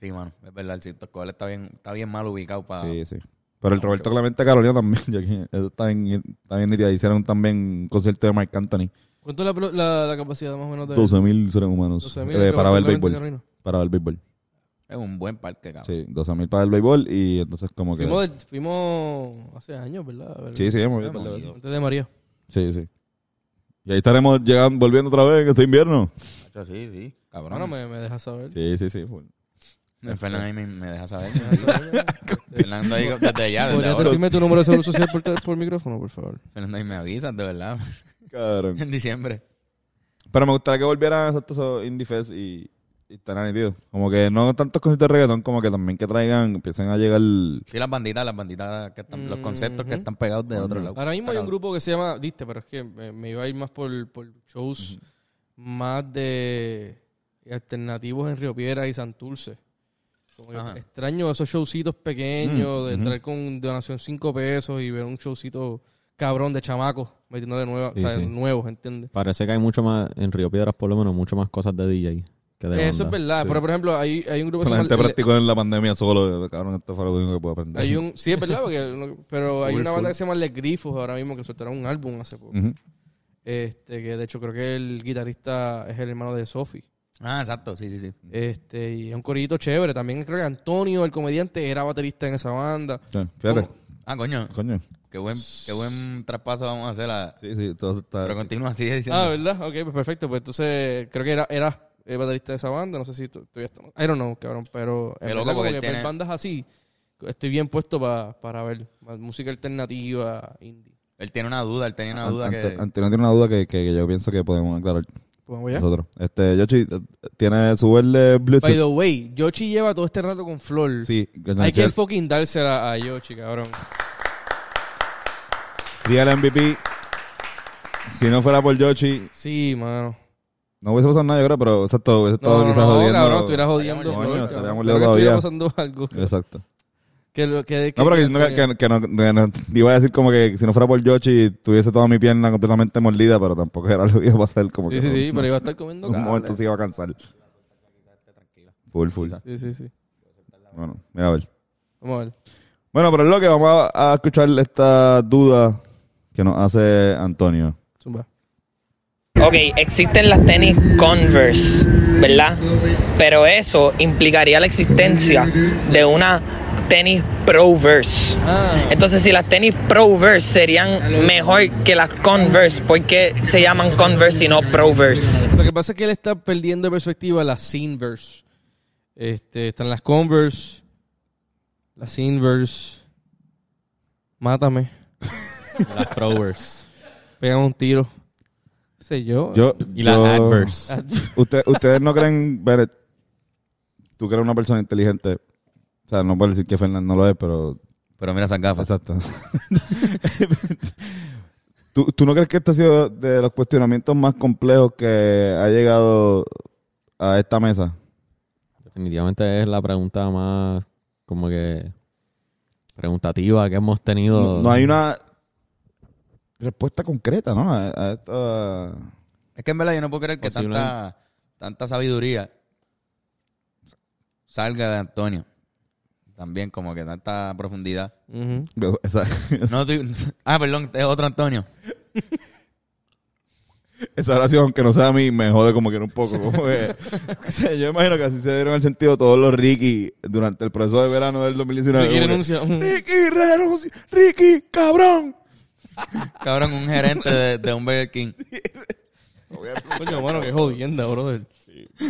A: Sí, mano. Es verdad, el Sixto Escobar está bien, está bien mal ubicado para...
D: Sí, sí. Pero
A: Ah,
D: el Roberto Clemente Carolina también, ya que eso está bien, está bien nítido. Hicieron también un concierto de Marc Anthony.
C: ¿Cuánto es la, pro- la, la capacidad más o menos de
D: 12.000 seres humanos
C: 12.000
D: eh,
C: de
D: para ver
C: Roberto
D: béisbol.
C: Clemente Carrino.
D: Para ver béisbol.
A: Es un buen parque, cabrón.
D: Sí, 12.000 para el béisbol y entonces como que...
C: Fuimos, del- fuimos hace años, ¿verdad? A ver,
D: Sí, sí, hemos ido
A: Hemos
D: par de veces.
A: ido.
C: Antes de María.
D: Sí, sí. Y ahí estaremos llegando, volviendo otra vez en este invierno.
A: Hacho, Sí, sí. Cabrón.
C: Bueno, me, me dejas saber.
D: Sí, sí, sí. full.
A: Eh, Fernando ahí me, me deja saber. Fernando ahí desde allá, desde
C: ¿Podrías
A: ahora.
C: decirme tu número de seguro social por, tel- por micrófono, por favor?
A: Fernando ahí me avisas, de verdad.
D: Cabrón.
A: En diciembre.
D: Pero me gustaría que volvieran exacto esos Indie Fest y, y estarán tío. Como que no tantos conciertos de reggaetón, como que también que traigan, empiecen a llegar...
A: Sí, las banditas, las banditas, que están, los conceptos que
C: Ujú.
A: están pegados de otro lado.
C: Ahora mismo hay un
A: Claro.
C: grupo que se llama, diste, pero es que me, me iba a ir más por, por shows más de alternativos en Río Piedra y Santurce. Como que
A: Ajá.
C: extraño esos showcitos pequeños, de entrar con donación 5 pesos y ver un showcito cabrón de chamacos metiendo de nuevo,
E: Sí,
C: o sea,
E: sí.
C: nuevos, ¿entiendes?
E: Parece que hay mucho más, en Río Piedras por lo menos, mucho más cosas de DJ que de
C: Eso es
E: banda.
C: verdad, pero por ejemplo, hay, hay un grupo que se
D: la
C: llama
D: gente
C: Le-
D: practicó en la pandemia solo. Cabrón, esto fue lo único que puedo aprender.
C: hay un, sí, es verdad, porque uno- pero hay
D: Full,
C: una banda
D: full.
C: que se llama Les Grifos ahora mismo que soltaron un álbum hace poco.
D: Ujú.
C: Este, que de hecho creo que el guitarrista es el hermano de Sophie.
A: Ah, exacto, sí, sí, sí.
C: Este, y es un corillito chévere. También creo que Antonio, el comediante, era baterista en esa banda.
D: Sí, Fíjate,
A: Ah, coño,
D: coño.
A: qué buen, qué buen traspaso vamos a hacer. A...
D: Sí, sí, todo está...
A: Pero continúa, sigue
C: Ah,
A: diciendo.
C: ¿verdad? Ok, pues perfecto. Pues entonces, creo que era, era eh, baterista de esa banda. No sé si to- todavía estamos. I don't know, cabrón. Pero en
A: Qué loco,
C: verdad, como
A: porque
C: que
A: él
C: ver
A: tiene-
C: bandas así, estoy bien puesto pa- para ver más música alternativa, indie.
A: Él tiene una duda, él tenía una
D: Ant-
A: duda
D: Ant-
A: que...
D: Antonio tiene una duda que, que, que yo pienso que podemos aclarar
C: Pues vamos allá.
D: nosotros. Este, Yoshi, ¿tiene subirle
C: By the
D: Bluetooth?
C: way, Yoshi lleva todo este rato con Flor.
D: Sí, coño,
C: Hay que
D: Jeff.
C: fucking dársela a Yoshi, cabrón.
D: Real MVP. Si no fuera por Yoshi,
C: Sí, mano.
D: no hubiese pasado nada, yo creo, pero exacto, hubiese
C: No,
D: estado
C: no,
D: quizás
C: no,
D: jodiendo.
C: cabrón, estuvieras jodiendo.
D: Coño,
C: Flor,
D: estaríamos
C: cabrón. Creo que
D: lejos
C: estuviera
D: todavía.
C: pasando algo.
D: Exacto.
C: Que lo- que- que-
D: No, pero que, no, que, que no, que no- iba a decir como que si no fuera por Yoshi, tuviese toda mi pierna completamente mordida, pero tampoco era lo que iba a pasar. Como
C: Sí,
D: que
C: sí,
D: no-
C: sí,
D: no,
C: pero iba a estar comiendo
D: En un momento
C: cable.
D: se iba a cansar. Full, full.
C: Sí, sí, sí.
D: Bueno, mira a ver.
C: Vamos a ver.
D: Bueno, pero es lo que vamos a, a escuchar esta duda que nos hace Antonio.
C: Zumba.
F: Ok, existen las tenis Converse, ¿verdad? Pero eso implicaría la existencia de una tenis Proverse. Entonces, si las tenis Proverse serían mejor que las Converse, ¿por qué se llaman Converse y no Proverse?
C: Lo que pasa es que él está perdiendo de perspectiva las Sinverse. Este, están las Converse, las Sinverse. Mátame.
E: Las Provers.
C: Pegan un tiro. ¿Qué sé yo.
D: Yo,
E: Y las
D: yo-
E: Adverse.
D: Usted- ustedes no creen, Beret, tú que eres una persona inteligente. O sea, no puedo decir que Fernández no lo es, pero
A: Pero mira esas gafas.
D: Exacto. ¿Tú, tú no crees que este ha sido de los cuestionamientos más complejos que ha llegado a esta mesa?
E: Definitivamente es la pregunta más como que preguntativa que hemos tenido.
D: No, no hay una respuesta concreta, ¿no? A, a esta...
A: Es que en verdad yo no puedo creer que
E: Posiblemente.
A: tanta, tanta sabiduría salga de Antonio. También como que tanta profundidad.
C: Ujú.
D: Esa,
A: No, estoy- ah, perdón, es otro Antonio.
D: esa oración, aunque no sea a mí, me jode como que un poco. como que- o sea, yo imagino que así se dieron el sentido todos los Ricky durante el proceso de verano del 2019.
C: Ricky
D: Como que,
C: renuncia. Ujú.
D: Ricky, renuncia. Ricky, cabrón.
A: Cabrón, un gerente de, de un Burger King.
C: Coño, mano, qué jodienda, brother.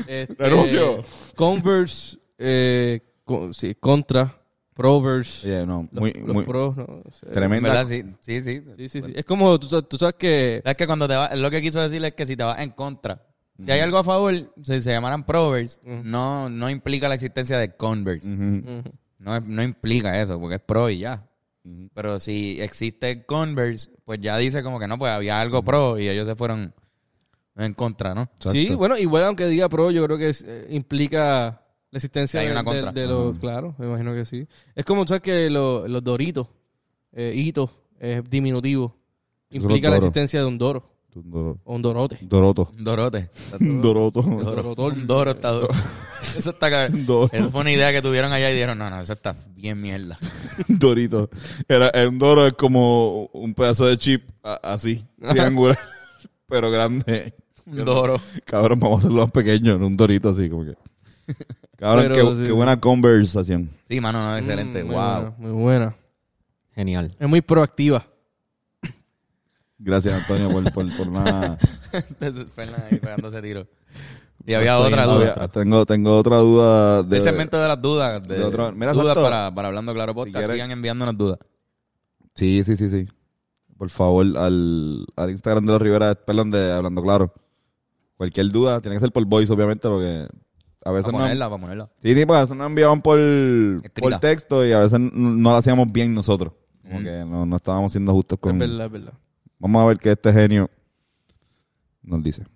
C: Este,
D: Renuncio.
C: Converse, eh, con- sí, Contra, Proverse.
D: Oye, no,
C: los,
D: muy,
C: los
D: muy
C: pros, no sé.
A: En
D: tremenda
A: verdad, sí, sí, sí.
C: Sí, sí, sí. Es como, tú, sa- tú sabes que...
A: Es que cuando te va, lo que quiso decir es que si te vas en contra, si hay algo a favor, si se llamaran Proverbs, no, no implica la existencia de Converse.
D: Ujú.
C: Ujú.
A: No, es- no implica eso, porque es pro y ya. Pero si existe Converse, pues ya dice como que no, pues había algo pro y ellos se fueron en contra, ¿no?
C: Sí,
D: Exacto.
C: bueno, igual aunque diga pro, yo creo que es- eh, implica la existencia
A: Hay
C: de,
A: una
C: de-
A: contra.
C: de los... Claro, me imagino que sí. Es como, tú sabes que lo- los doritos, eh, hitos, es diminutivo,
D: Son los
C: implica la
D: doros.
C: existencia de un doro
D: Dor-
C: o un dorote.
D: Doroto.
A: Un dorote.
D: Doroto.
A: Doro,
C: Dorotol.
A: un doro está duro. Eso está ca-
D: Doro.
A: Eso fue una idea que tuvieron allá y dijeron, no, no, eso está bien mierda.
D: Dorito. Era, era un doro es como un pedazo de chip a- así, triangular, pero grande.
A: Un doro.
D: Cabrón, vamos a hacerlo más pequeño, no un dorito así como que. Cabrón,
C: Pero
D: qué,
C: sí.
D: qué buena conversación.
A: Sí, mano, no, excelente.
C: Mm, muy
A: wow.
C: buena, muy buena.
E: Genial.
C: Es muy proactiva.
D: Gracias, Antonio, por, por, por nada.
A: Entonces, Fernan ahí pegándose tiro. Y había otra duda.
D: Había- tengo, tengo otra duda de.
A: El segmento de las dudas. De,
D: de otro- mira,
A: dudas
D: exacto.
A: para, para Hablando Claro Podcast.
D: quieres-
A: Sigan enviándonos dudas.
D: Sí, sí, sí, sí. Por favor, al, al Instagram de los Rivera, perdón, de Hablando Claro. Cualquier duda, tiene que ser por voice, obviamente, porque a veces
A: Para
D: no.
A: ponerla, para ponerla.
D: Sí, sí, pues nos enviaban por, por texto y a veces n- no lo hacíamos bien nosotros. Como que no, no estábamos siendo justos
C: Es
D: con...
C: verdad, es verdad.
D: Vamos a ver qué este genio nos dice.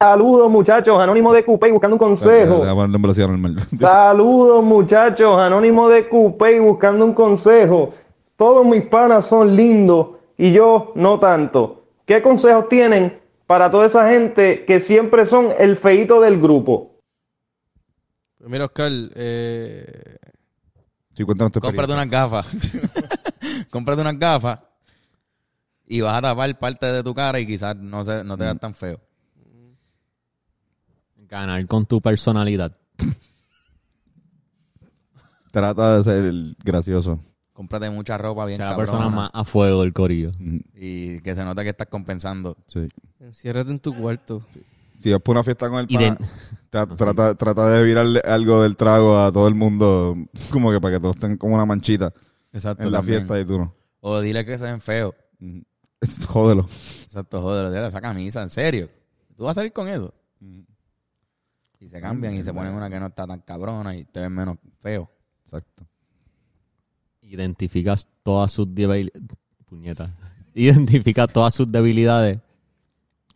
G: Saludos muchachos, Anónimo de Coupé buscando un consejo.
D: Voy a ponerlo en velocidad normal.
G: Saludos muchachos, Anónimo de Coupé buscando un consejo. Todos mis panas son lindos y yo no tanto. ¿Qué consejos tienen para toda esa gente que siempre son el feito del grupo?
C: Pero mira, Oscar, eh,
D: Sí, cuéntanos tu
A: Cómprate
D: experiencia.
A: unas gafas. Cómprate unas gafas. Y vas a tapar parte de tu cara y quizás no, se, no te
E: Mm.
A: veas tan feo.
E: Ganar con tu personalidad.
D: Trata de ser el gracioso.
A: Cómprate mucha ropa bien
E: Ser la
A: cabrona.
E: persona más a fuego del corillo.
D: Ujú,
A: Y que se nota que estás compensando.
D: Mm, Sí.
C: enciérrate en tu cuarto.
D: Si vas por una fiesta con el
E: Y
D: pana,
E: de-
D: tra- trata, trata de virarle algo del trago a todo el mundo, como que para que todos estén como una manchita
A: Exacto.
D: en la
A: también.
D: fiesta y tú no.
A: O dile que se ven feos.
D: Ujú. Jódelo.
A: Exacto, joder, de esa camisa, en serio. ¿Tú vas a salir con eso?
E: Mm.
A: Y se cambian y se ponen una que no está tan cabrona y te ven menos feo.
D: Exacto.
E: Identificas todas sus debilidades. Puñeta. Identifica todas sus debilidades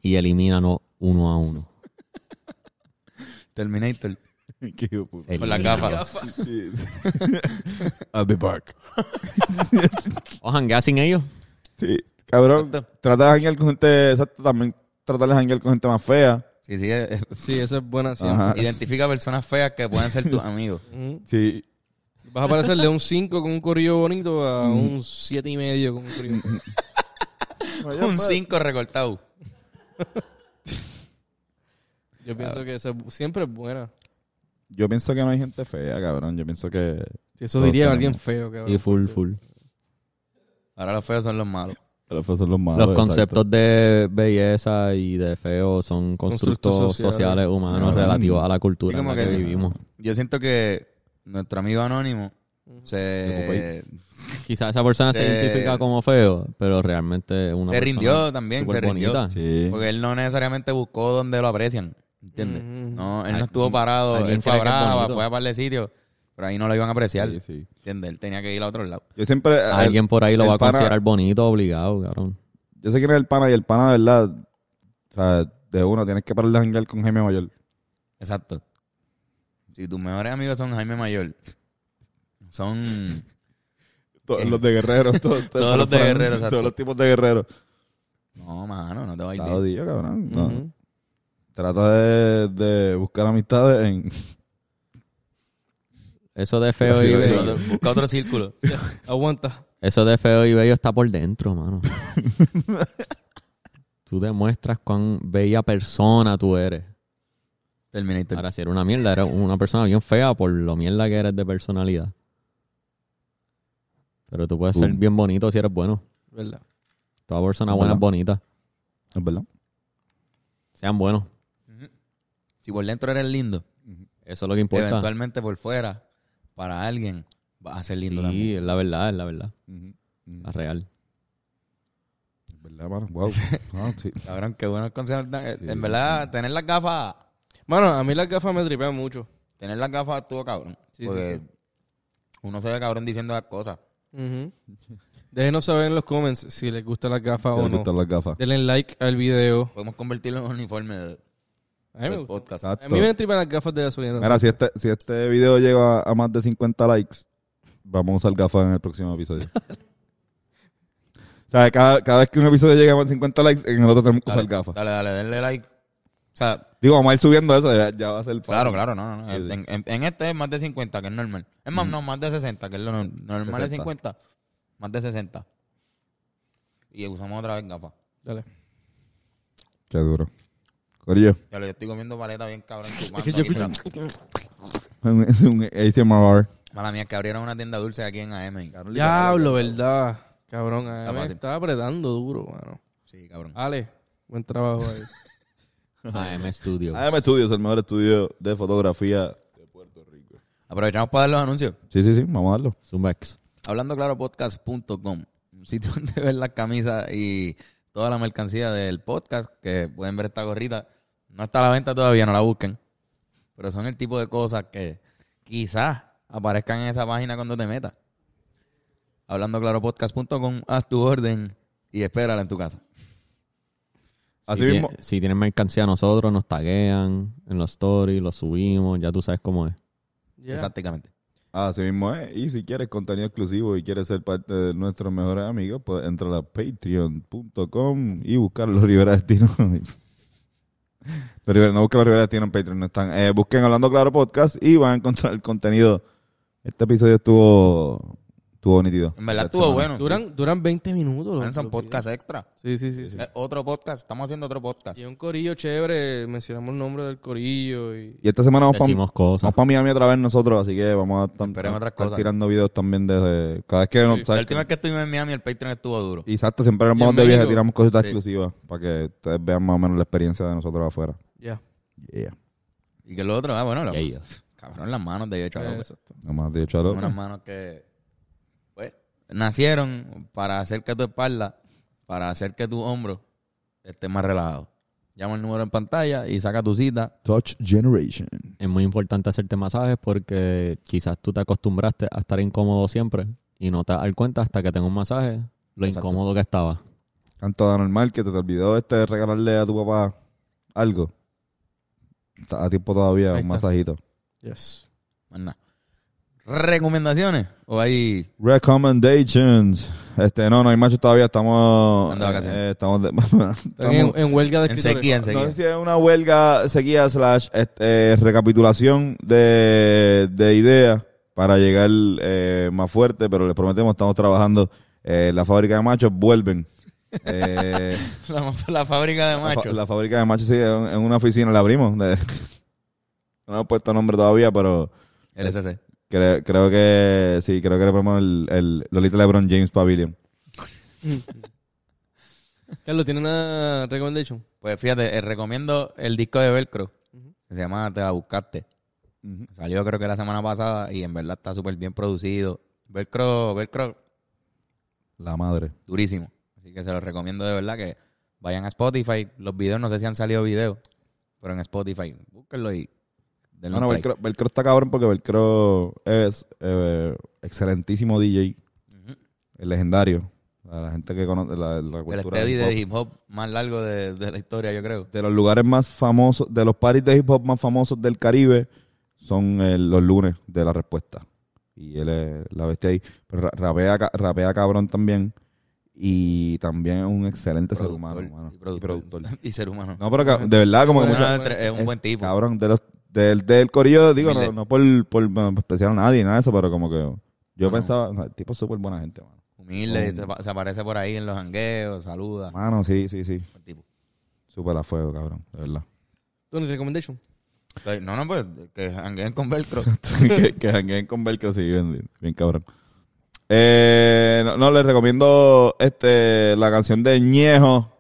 E: y elimínanos uno a uno.
A: Terminator.
D: Qué hijo de puta.
A: Con las
E: Elimina.
A: gafas.
D: Sí. At the back.
E: ¿O jangueas sin ellos?
D: Sí, cabrón.
A: Exacto.
D: Trata de janguear con gente, exacto, también tratar de janguear con gente más fea.
A: Sí, sí. eh,
C: Sí, esa es buena siempre.
D: Ajá.
A: Identifica personas feas que pueden ser tus amigos.
C: Ujú.
D: Sí.
C: Vas a parecer de un 5 con un corrillo bonito a un 7 y medio con un corrillo.
A: un
E: pues.
A: 5 recortado.
C: Yo pienso que eso siempre es buena.
D: Yo pienso que no hay gente fea, cabrón. Yo pienso que.
C: Si eso
D: Todos
C: diría
D: tenemos.
C: alguien feo, cabrón.
E: Sí, full, full.
A: Ahora los feos son los malos.
D: Los feos son los malos.
E: Los
D: exacto.
E: conceptos de belleza y de feo son
C: Constructos
E: constructos
C: sociales.
E: sociales, humanos
D: Cabrón.
E: relativos a la cultura
A: Sí,
E: en
A: como
E: la que,
A: que-
E: vivimos.
A: Yo siento que nuestro amigo anónimo se,
E: Quizás esa persona se
A: Se-
E: identifica como feo, pero realmente es una
A: se
E: persona
A: rindió también, se
E: súper
A: rindió.
E: bonita.
D: Sí.
A: Porque él no necesariamente buscó donde lo aprecian, ¿entiendes?
C: Ujú.
A: No, él
E: Alguien-
A: no estuvo parado,
E: alguien
A: él fue a
E: cree que es
A: Brava,
E: bonito.
A: fue a par de sitios, pero ahí no lo iban a apreciar,
D: Sí, sí.
A: ¿entiendes? Él tenía que ir a otro lado.
D: Yo siempre. eh,
E: Alguien por ahí lo
D: el
E: va a
D: pana-
E: considerar bonito, obligado, cabrón.
D: Yo sé quién es el pana y el pana, de verdad. O sea, de uno, tienes que parar de janguear con Jaime Mayor.
A: Exacto. Si tus mejores amigos son Jaime Mayor, son...
D: To-
A: Eh.
D: Los de guerreros. to- to-
A: Todos los de guerreros, exacto.
D: Todos los tipos de guerreros.
A: No, mano, no te va a ir
D: Está
A: bien.
D: jodido, cabrón. No.
C: Ujú.
D: Trata de, de buscar amistades en.
E: Eso de feo
D: Sí,
E: y
D: lo
A: Busca
D: digo.
E: bello.
A: otro- Busca otro círculo.
C: eh, Aguanta.
E: Eso de feo y bello está por dentro, mano. tú demuestras cuán bella persona tú eres.
A: Terminator.
E: Ahora, si eres una mierda, eres una persona bien fea por lo mierda que eres de personalidad. Pero tú puedes ser
D: Boom.
E: bien bonito si eres bueno.
C: ¿Verdad?
E: Toda persona buena
D: ¿Verdad?
E: es bonita.
D: ¿Es verdad?
E: Sean buenos.
A: Si por dentro eres lindo,
E: Eso es lo que importa.
A: eventualmente por fuera, para alguien, vas a ser lindo también.
E: Sí, es la verdad, es la verdad.
D: Ujú.
E: La real.
D: ¿Es verdad, mano? Wow. Ah, sí.
A: Cabrón, qué buenos consejos. dan.
D: Sí.
A: En verdad, tener las gafas,
C: Mano, a mí las gafas me tripean mucho.
A: tener las gafas estuvo cabrón.
C: Sí,
A: porque
C: sí,
A: uno se ve cabrón diciendo las cosas.
C: Ujú. Déjenos saber en los comments si les gustan las gafas
D: Te
C: o no.
D: gustan las gafas.
C: Denle like al video.
A: Podemos convertirlo en un uniforme de,
C: A mí me,
A: del
C: gustan.
A: podcast.
D: Exacto.
C: A mí me tripan las gafas de gasolina.
D: Mira, si este, si este video llega a más de 50 likes, vamos a usar gafas en el próximo episodio. o sea, cada, cada vez que un episodio llega a más de 50 likes, en el otro tenemos que usar
A: Dale,
D: gafas.
A: dale, dale, denle like. O sea,
D: Digo, vamos a ir subiendo eso, ya, ya va a ser
A: claro,
D: fácil.
A: claro, no, no. no.
D: Sí, sí.
A: En, en- en este es más de 50, que es normal. Es
C: Mm.
A: más, no, más de 60, que es lo no- normal de
D: 60.
A: 50. Más de 60. Y usamos otra vez gafas.
C: Dale.
D: Qué duro. Corillo,
A: Ya lo yo estoy comiendo paleta bien cabrón. chupando
C: que yo
A: aquí, mira.
D: un- es un ASMR.
A: Mala mía, que abrieron una tienda dulce aquí en AM. y-
C: Diablo, ¿verdad? Cabrón, a
A: Está
C: mí me
A: fácil.
C: estaba apretando duro, mano.
A: Sí, cabrón.
C: Ale, buen trabajo ahí.
E: AM Studios.
D: AM Studios, el mejor estudio de fotografía.
A: Aprovechamos para dar los anuncios.
D: Sí, sí, sí, vamos a darlo.
E: Zumex.
A: Hablando claro, podcast.com. Un sitio donde ver las camisas y toda la mercancía del podcast. Que pueden ver esta gorrita. No está a la venta todavía, no la busquen. Pero son el tipo de cosas que quizás aparezcan en esa página cuando te metas. Hablando claro, podcast.com. Haz tu orden y espérala en tu casa.
D: Así
E: si,
D: mismo.
A: eh,
E: tie- si tienen mercancía a nosotros, nos taguean en los stories, los subimos, ya tú sabes cómo es.
C: Ya.
A: Exactamente.
D: Así mismo es. Y si quieres contenido exclusivo y quieres ser parte de nuestros mejores amigos, pues entra a patreon.com y buscar los Rivera Destino. Los Rivera- no busquen los Rivera Destino en Patreon, no están. Eh, busquen Hablando Claro Podcast y van a encontrar el contenido. Este episodio estuvo, estuvo nítido.
A: En verdad
D: Esta
A: estuvo
D: semana.
A: bueno.
C: Duran, duran 20 minutos. los-
A: Bueno, son
C: los
A: podcasts extra.
C: videos. Sí, sí, sí. sí.
A: Eh, Otro podcast. Estamos haciendo otro podcast.
C: Y un corillo chévere. Mencionamos el nombre del corillo. Y...
D: Y esta semana vamos para
E: Decimos cosas.
D: Miami otra vez nosotros, así que vamos a tam-
A: Esperemos otras
D: estar
A: cosas.
D: tirando videos también desde... Cada vez que... nos-
A: La
D: ¿sabes
A: última vez que estuvimos en Miami, el Patreon estuvo duro.
D: Exacto, siempre nos vamos
C: en
D: de viaje,
C: México.
D: tiramos cositas
A: Sí.
D: exclusivas para que ustedes vean más o menos la experiencia de nosotros afuera.
C: Ya.
D: Yeah.
A: Y que lo otro, ah, bueno, la-
E: Y ellos.
A: cabrón, las manos de ellos, chaval.
C: Eso.
D: Nomás de hecho,
A: Son unas manos que pues, nacieron para hacer que tu espalda, para hacer que tu hombro esté más relajado. Llama el número en pantalla y saca tu cita.
D: Touch Generation.
E: Es muy importante hacerte masajes porque quizás tú te acostumbraste a estar incómodo siempre y no te das cuenta hasta que tengas un masaje lo
A: Exacto.
E: incómodo que estaba.
D: Canto de normal que te, te olvidó este de regalarle a tu papá algo. Está a tiempo todavía,
C: Ahí
D: un
C: está.
D: masajito.
C: Yes.
A: Más nada. ¿Recomendaciones? ¿O hay
D: Recommendations. Este, no, no hay macho todavía, estamos...
A: Ando de vacaciones.
D: eh, estamos de-
C: Están
D: estamos-
C: en, en huelga de
A: en
C: escritores.
A: sequía, en
D: No sé
A: sequía?
D: si es una huelga seguida slash este, recapitulación de, de ideas para llegar eh, más fuerte, pero les prometemos, estamos trabajando. Eh, la fábrica de machos vuelven. Eh,
A: La, la fábrica de
D: la, fa-
A: machos.
D: la fábrica de machos, sí, en, en una oficina la abrimos. De- no le he puesto nombre todavía, pero
A: LSC.
D: cre- creo que sí, creo que le ponemos el, el Lolita LeBron James Pavilion.
C: Carlos, ¿tiene una recommendation?
A: Pues fíjate, eh, recomiendo el disco de Velcro. Que se llama Te la buscaste.
D: Ujú.
A: Salió creo que la semana pasada y en verdad está súper bien producido. Velcro, Velcro,
D: La madre.
A: durísimo. Así que se los recomiendo de verdad que vayan a Spotify. Los videos, no sé si han salido videos, pero en Spotify, búsquenlo y denle
D: No, no,
A: un try.
D: Velcro, Velcro está cabrón porque Velcro es eh, excelentísimo DJ. El legendario. A la gente que conoce la, la
A: El
D: cultura
A: steady
D: del
A: de
D: hip
A: hip hop más largo de, de la historia, yo creo.
D: hop. De los lugares más famosos, de los parties de hip hop más famosos del Caribe, son eh, los lunes de la respuesta. Y él es la bestia ahí. Pero ra- rapea, ca- rapea cabrón también. Y también es un excelente ser humano. mano.
A: y productor. Y ser humano.
D: No, pero ca- de verdad, como que
A: Bueno,
D: mucha-
A: no, es un buen tipo.
D: Cabrón, de los, del, del corillo, digo, no,
A: Humilde.
D: no por, por bueno, especial a nadie, nada de eso, pero como que yo
A: No.
D: pensaba, no, el tipo es súper buena gente, mano.
A: Humilde,
D: Un-
A: se, pa- se aparece por ahí en los jangueos, saluda.
D: Mano, sí, sí, sí.
A: Buen tipo.
D: Súper a fuego, cabrón, de verdad.
C: ¿Tony, recommendation?
A: Entonces, No, no, pues que jangueen con velcro.
D: que, que jangueen con Belka, sí, bien, bien cabrón. Eh, no, no, les recomiendo este la canción de Ñejo,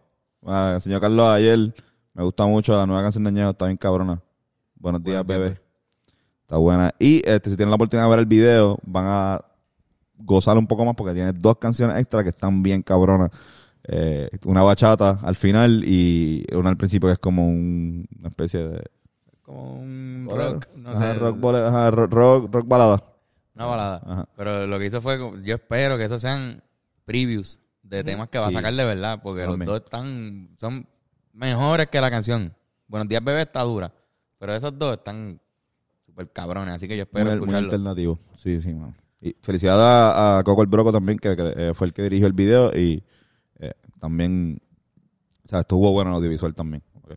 D: al señor Carlos ayer. Me gusta mucho la nueva canción de Ñejo, está bien cabrona. Buenos días, bebé. Está buena. Y este, si tienen la oportunidad de ver el video, van a gozar un poco más porque tiene dos canciones extra que están bien cabronas. Eh, una bachata al final y una al principio que es como un- una especie de
A: Como un
D: Bolero.
A: rock, no
D: Ajá,
A: sé.
D: rock, bole- ajá, ro- rock- rock balada.
A: Una balada.
D: Ajá.
A: Pero lo que hizo fue, como- yo espero que esos sean previews de temas que va
D: Sí.
A: a sacar de verdad, porque
D: Amén.
A: los dos están, son mejores que la canción. Buenos días, bebé, está dura. Pero esos dos están súper cabrones, así que yo espero
D: muy, muy
A: escucharlos.
D: alternativo. Sí, sí, mano. Y felicidades a, a Coco el Broco también, que, que, eh, fue el que dirigió el video y eh, también, o sea, estuvo bueno el audiovisual también. Ok.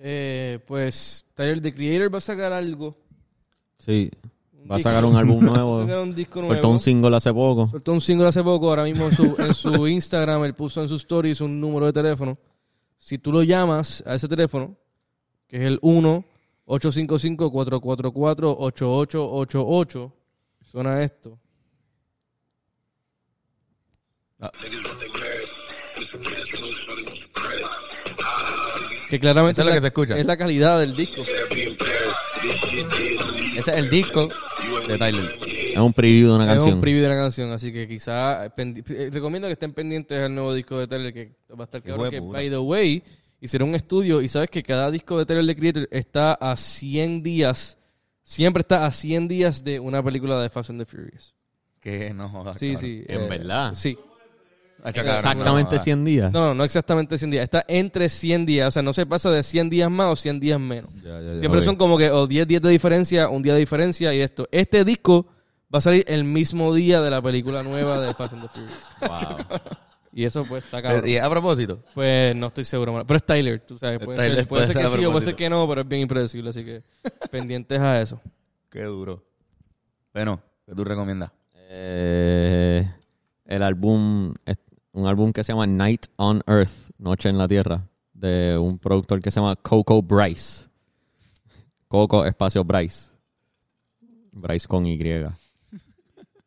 C: Eh, pues Tyler, The Creator va a sacar algo.
E: Sí.
C: Un
E: Va a
C: disco.
E: sacar un álbum
C: Va a
E: nuevo.
C: sacar un disco nuevo.
E: Soltó Oh. un single hace poco.
C: Soltó un single hace poco, ahora mismo en su, en su Instagram, él puso en sus stories un número de teléfono. Si tú lo llamas a ese teléfono, que es el 1-855-444-8888, suena esto. Ah. Que claramente
A: Eso es lo que se escucha.
C: es la calidad del disco.
A: Ese es el disco de Tyler.
E: Es un preview de una
C: Es un
E: canción.
C: preview de la canción, así que quizá eh, pendi- eh, recomiendo que estén pendientes al nuevo disco de Taylor que va a estar
A: Qué
C: claro que
A: hueputa.
C: by the way hicieron un estudio y sabes que cada disco de Taylor the Creator está a 100 días, siempre está a 100 días de una película de Fast and the Furious.
A: Que no jodas,
C: Sí,
A: cabrón.
C: sí.
E: Ah, En
C: eh,
E: verdad.
C: Sí.
D: Eh,
A: Hacho, cabrón, no
E: Exactamente
A: jodas.
E: 100 días.
C: No, no, no exactamente 100 días, está entre 100 días, o sea, no se pasa de 100 días más o 100 días menos. Siempre
D: Ok.
C: son como que o 10 días de diferencia, un día de diferencia y esto. Este disco va a salir el mismo día de la película nueva de Fast and the Furious. Y eso pues está cabrón.
A: Y a propósito,
C: Pues no estoy seguro, mano. pero es Tyler, tú sabes. Puede,
A: Tyler,
C: ser, puede
A: puede
C: ser que
A: ser a
C: sí o puede ser
A: propósito.
C: que no, pero es bien impredecible, así que pendientes a eso.
A: qué duro. Bueno, ¿qué tú recomiendas?
E: Eh, el álbum, es un álbum que se llama Night on Earth, Noche en la Tierra, de un productor que se llama Coco Bryce. Coco espacio Bryce. Bryce con Y.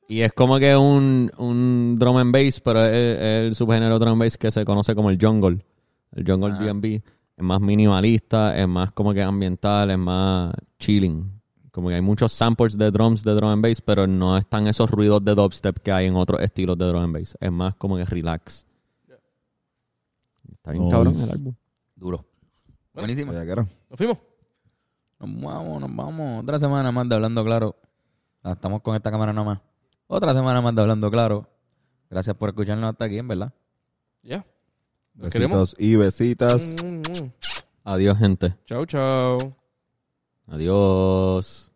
E: Y es como que un, un drum and bass, pero es, es el subgénero drum and bass que se conoce como el jungle. El jungle
A: Ajá.
E: DB. Es más minimalista, es más como que ambiental, es más chilling. Como que hay muchos samples de drums de drum and bass, pero no están esos ruidos de dubstep que hay en otros estilos de drum and bass. Es más como que relax. Está bien
D: Nice.
E: cabrón el álbum.
A: Duro. Buenísimo.
D: Bellaquera.
C: ¿Nos fuimos?
A: Nos vamos, nos vamos. Otra semana más de Hablando Claro. Ah, Estamos con esta cámara nomás. Otra semana más de Hablando Claro. Gracias por escucharnos hasta aquí, en verdad.
C: Ya. Nos Mm,
D: Besitos y besitas.
C: queremos.
E: Adiós, gente.
C: Chao, chao.
E: Adiós.